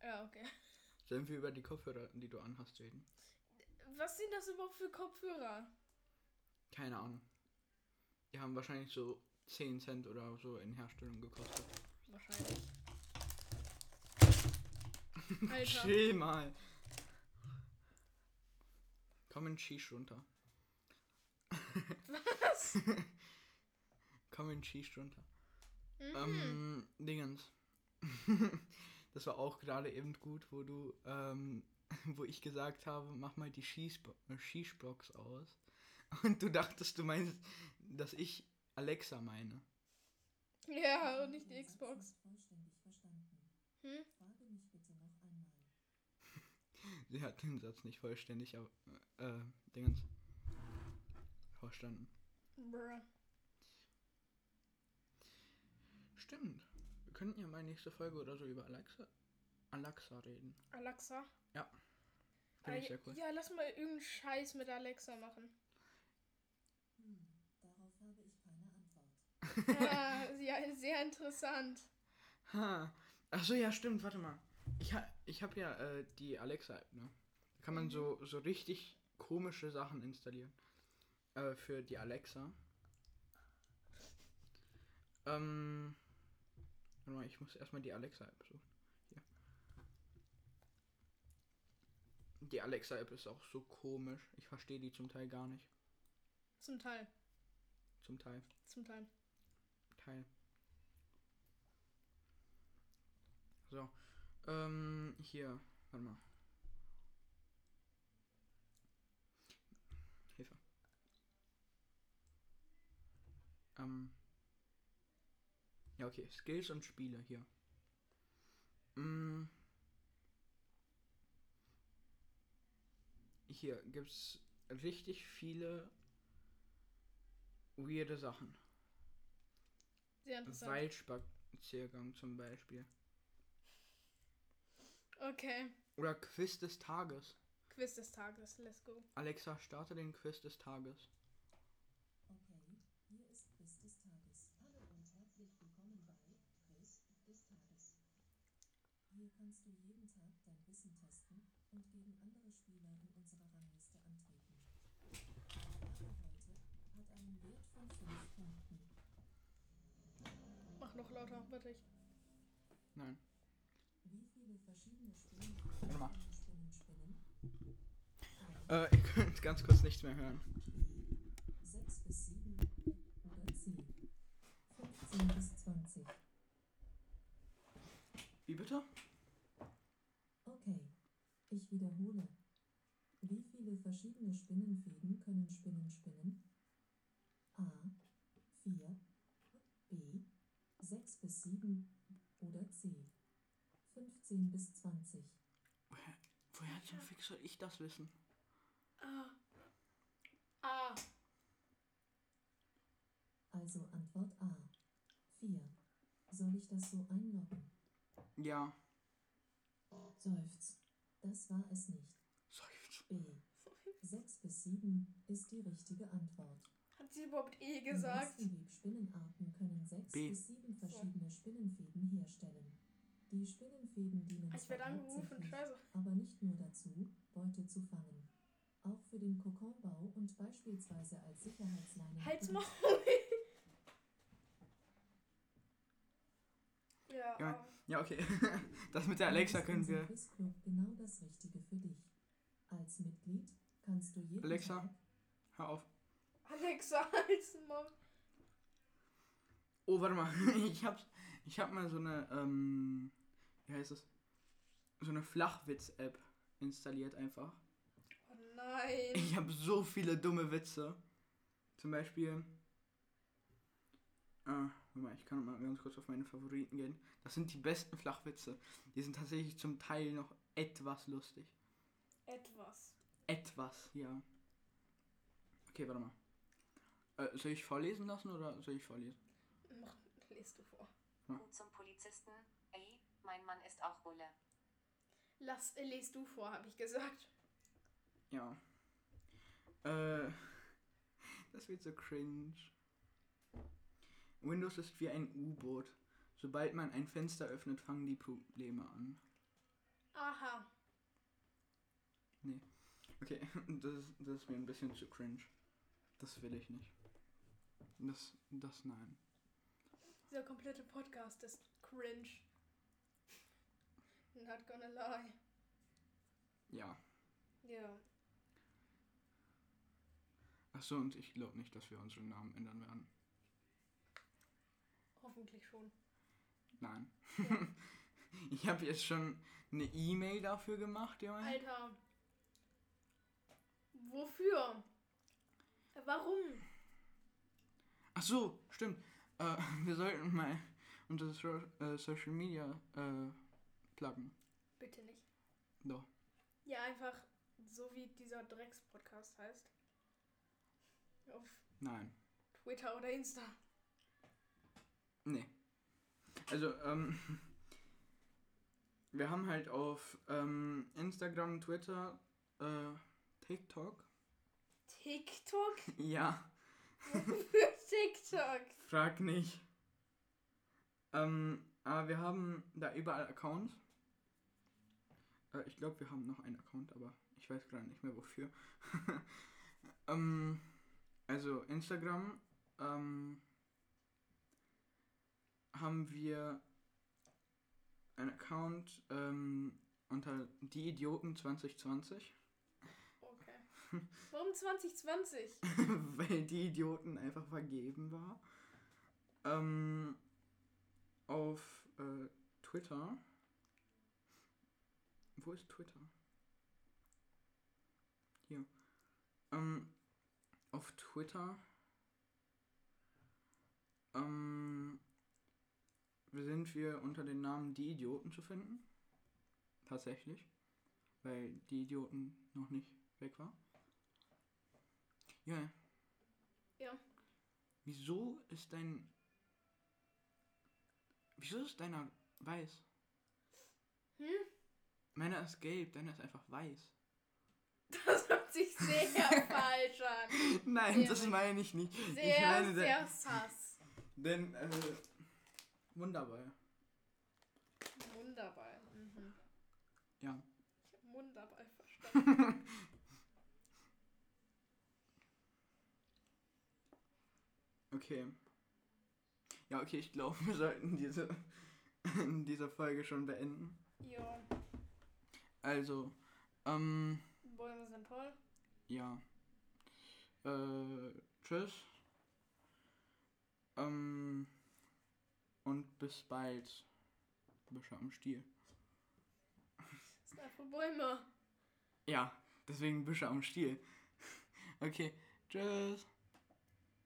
ja, okay.
Sollen wir über die Kopfhörer, die du anhast, reden?
Was sind das überhaupt für Kopfhörer?
Keine Ahnung. Die haben wahrscheinlich so 10 Cent oder so in Herstellung gekostet. *laughs*
Wahrscheinlich. Alter.
Chill mal. Komm in Shish runter.
Was?
Komm in Shish runter.
Mhm.
Ähm, Dingens. *laughs* das war auch gerade eben gut, wo du, ähm, *laughs* wo ich gesagt habe, mach mal die Schießbo- äh, Schießbox *laughs* aus. Und du dachtest, du meinst, dass ich Alexa meine.
Ja, Ah, und nicht die Xbox. Hm?
Sie hat den Satz nicht vollständig, aber, äh, Dingens. Verstanden.
Bruh.
Stimmt. Wir könnten ja mal nächste Folge oder so über Alexa, Alexa reden.
Alexa.
Ja.
Ah,
Finde ich
ja,
sehr cool.
ja, lass mal irgendeinen Scheiß mit
*laughs*
Alexa machen.
Hm, darauf habe ich keine Antwort.
ah, ja, sehr interessant.
Ha. Achso, ja, stimmt, warte mal. Ich, ha ich habe ja äh, die Alexa-App, ne? Da kann man so, so richtig komische Sachen installieren. Äh, für die Alexa. Ähm. Warte mal, ich muss erstmal die Alexa-App suchen. Hier. Die Alexa-App ist auch so komisch. Ich verstehe die zum Teil gar nicht.
Zum Teil.
Zum Teil.
Zum Teil.
Teil. So. Ähm, hier. Warte mal. Hilfe. Ähm. Ja, okay. Skills und Spiele hier. Mm. Hier gibt's richtig viele weirde Sachen.
Sehr interessant.
Waldspaziergang zum Beispiel.
Okay.
Oder Quiz des Tages.
Quiz des Tages. Let's go.
Alexa, starte den Quiz des Tages.
Okay, hier ist Quiz des Tages. Hallo und herzlich willkommen bei Quiz des Tages. Hier kannst du jeden Tag dein Wissen testen und gegen andere Spieler in unserer Rangliste antreten. Die Frage heute hat einen Wert von 5 Punkten.
Mach noch lauter, bitte. Ich.
Nein.
Wie viele verschiedene Spinnen
Warte mal.
Spinnen spinnen?
Äh, *laughs* ihr könnt ganz kurz nichts mehr hören.
6 bis 7 oder 10. 15 bis 20.
Wie bitte?
Okay, ich wiederhole. Wie viele verschiedene Spinnenfäden können Spinnen spinnen? A. 4. B. 6 bis 7 oder C. 15 bis 20.
Woher, woher zum Fix soll ich das wissen?
Ah. Ah.
Also Antwort A. 4. Soll ich das so einloggen?
Ja.
Seufz. Das war es nicht.
Seufz.
B. 6 bis 7 ist die richtige Antwort.
Hat sie überhaupt eh gesagt?
Die meisten Webspinnenarten können sechs
B.
bis sieben verschiedene Spinnenfäden herstellen. Die Spinnenfäden dienen
Ich werde
zwar
angerufen.
hauptsächlich,
Scheiße.
aber nicht nur dazu, Beute zu fangen. Auch für den Kokonbau und beispielsweise als Sicherheitsleine.
Halt's Maul. ja.
Ja.
aber-
Ja, okay. *laughs* Das mit der Alexa können wir.
Quizclub genau das Richtige für dich. Als Mitglied kannst du jeden
Alexa?
Tag
Hör auf.
Alexa, halt's Maul.
Oh, warte mal. *laughs* Ich hab, ich hab mal so eine, ähm, wie heißt es? So eine Flachwitz-App installiert einfach.
Oh nein.
Ich habe so viele dumme Witze. Zum Beispiel. Ah, warte mal, ich kann mal ganz kurz auf meine Favoriten gehen. Das sind die besten Flachwitze. Die sind tatsächlich zum Teil noch etwas lustig.
Etwas.
Etwas, ja. Okay, warte mal. Äh, soll ich vorlesen lassen oder soll ich vorlesen?
Mach, lest du vor.
Zum Polizisten. Ey, mein Mann ist auch Bulle.
Lass, äh, lest du vor, habe ich gesagt.
Ja. Äh, *laughs* das wird so cringe. Windows ist wie ein U-Boot. Sobald man ein Fenster öffnet, fangen die Probleme an.
Aha.
Okay, *laughs* das, ist- das ist mir ein bisschen zu cringe. Das will ich nicht. Das, das nein.
Dieser komplette Podcast ist cringe. Not gonna lie.
Ja.
Ja.
Achso, und ich glaube nicht, dass wir unseren Namen ändern werden.
Hoffentlich schon.
Nein. *laughs* ich habe jetzt schon eine E-Mail dafür gemacht, Junge.
Alter. Wofür? Warum?
Achso, stimmt. Äh, *laughs* wir sollten mal unsere so äh, Social Media äh, pluggen.
Bitte nicht.
Doch.
Ja, einfach so wie dieser Drecks-Podcast heißt. Auf
Nein.
Twitter oder Insta.
Nee. Also, ähm, *laughs* wir haben halt auf ähm, Instagram, Twitter, äh, TikTok.
TikTok?
Ja,
Für TikTok.
frag nicht. Ähm, aber wir haben da überall Accounts. Äh, ich glaube, wir haben noch einen Account, aber ich weiß gerade nicht mehr wofür. *laughs* ähm, also Instagram ähm, haben wir einen Account ähm, unter die Idioten 2020,
Okay. Warum 2020?
*laughs* weil die Idioten einfach vergeben war. Ähm, auf äh, Twitter. Wo ist Twitter? Hier. Ähm, auf Twitter. Ähm, sind wir unter dem Namen Die Idioten zu finden. Tatsächlich. Weil Die Idioten noch nicht weg war. Ja.
Ja.
Wieso ist dein. Wieso ist deiner weiß?
Hm?
Meiner ist gelb, deiner ist einfach weiß. *laughs*
Das hört sich sehr falsch an.
Nein,
Ja,
das
mein-
meine ich nicht. ich
Sehr,
meine, de-
sehr sass.
denn, äh, wunderbar.
Wunderbar. Mhm.
Ja.
Ich hab Wunderbar verstanden.
Okay. Ja, okay, ich glaube, wir sollten diese, *laughs* diese Folge schon beenden.
jo.
Also, ähm,
Bäume sind toll.
ja. Äh, tschüss. Ähm, und bis bald. Büsche am Stiel.
Es sind einfach Bäume.
Ja, deswegen Büsche am Stiel. *laughs* Okay, tschüss.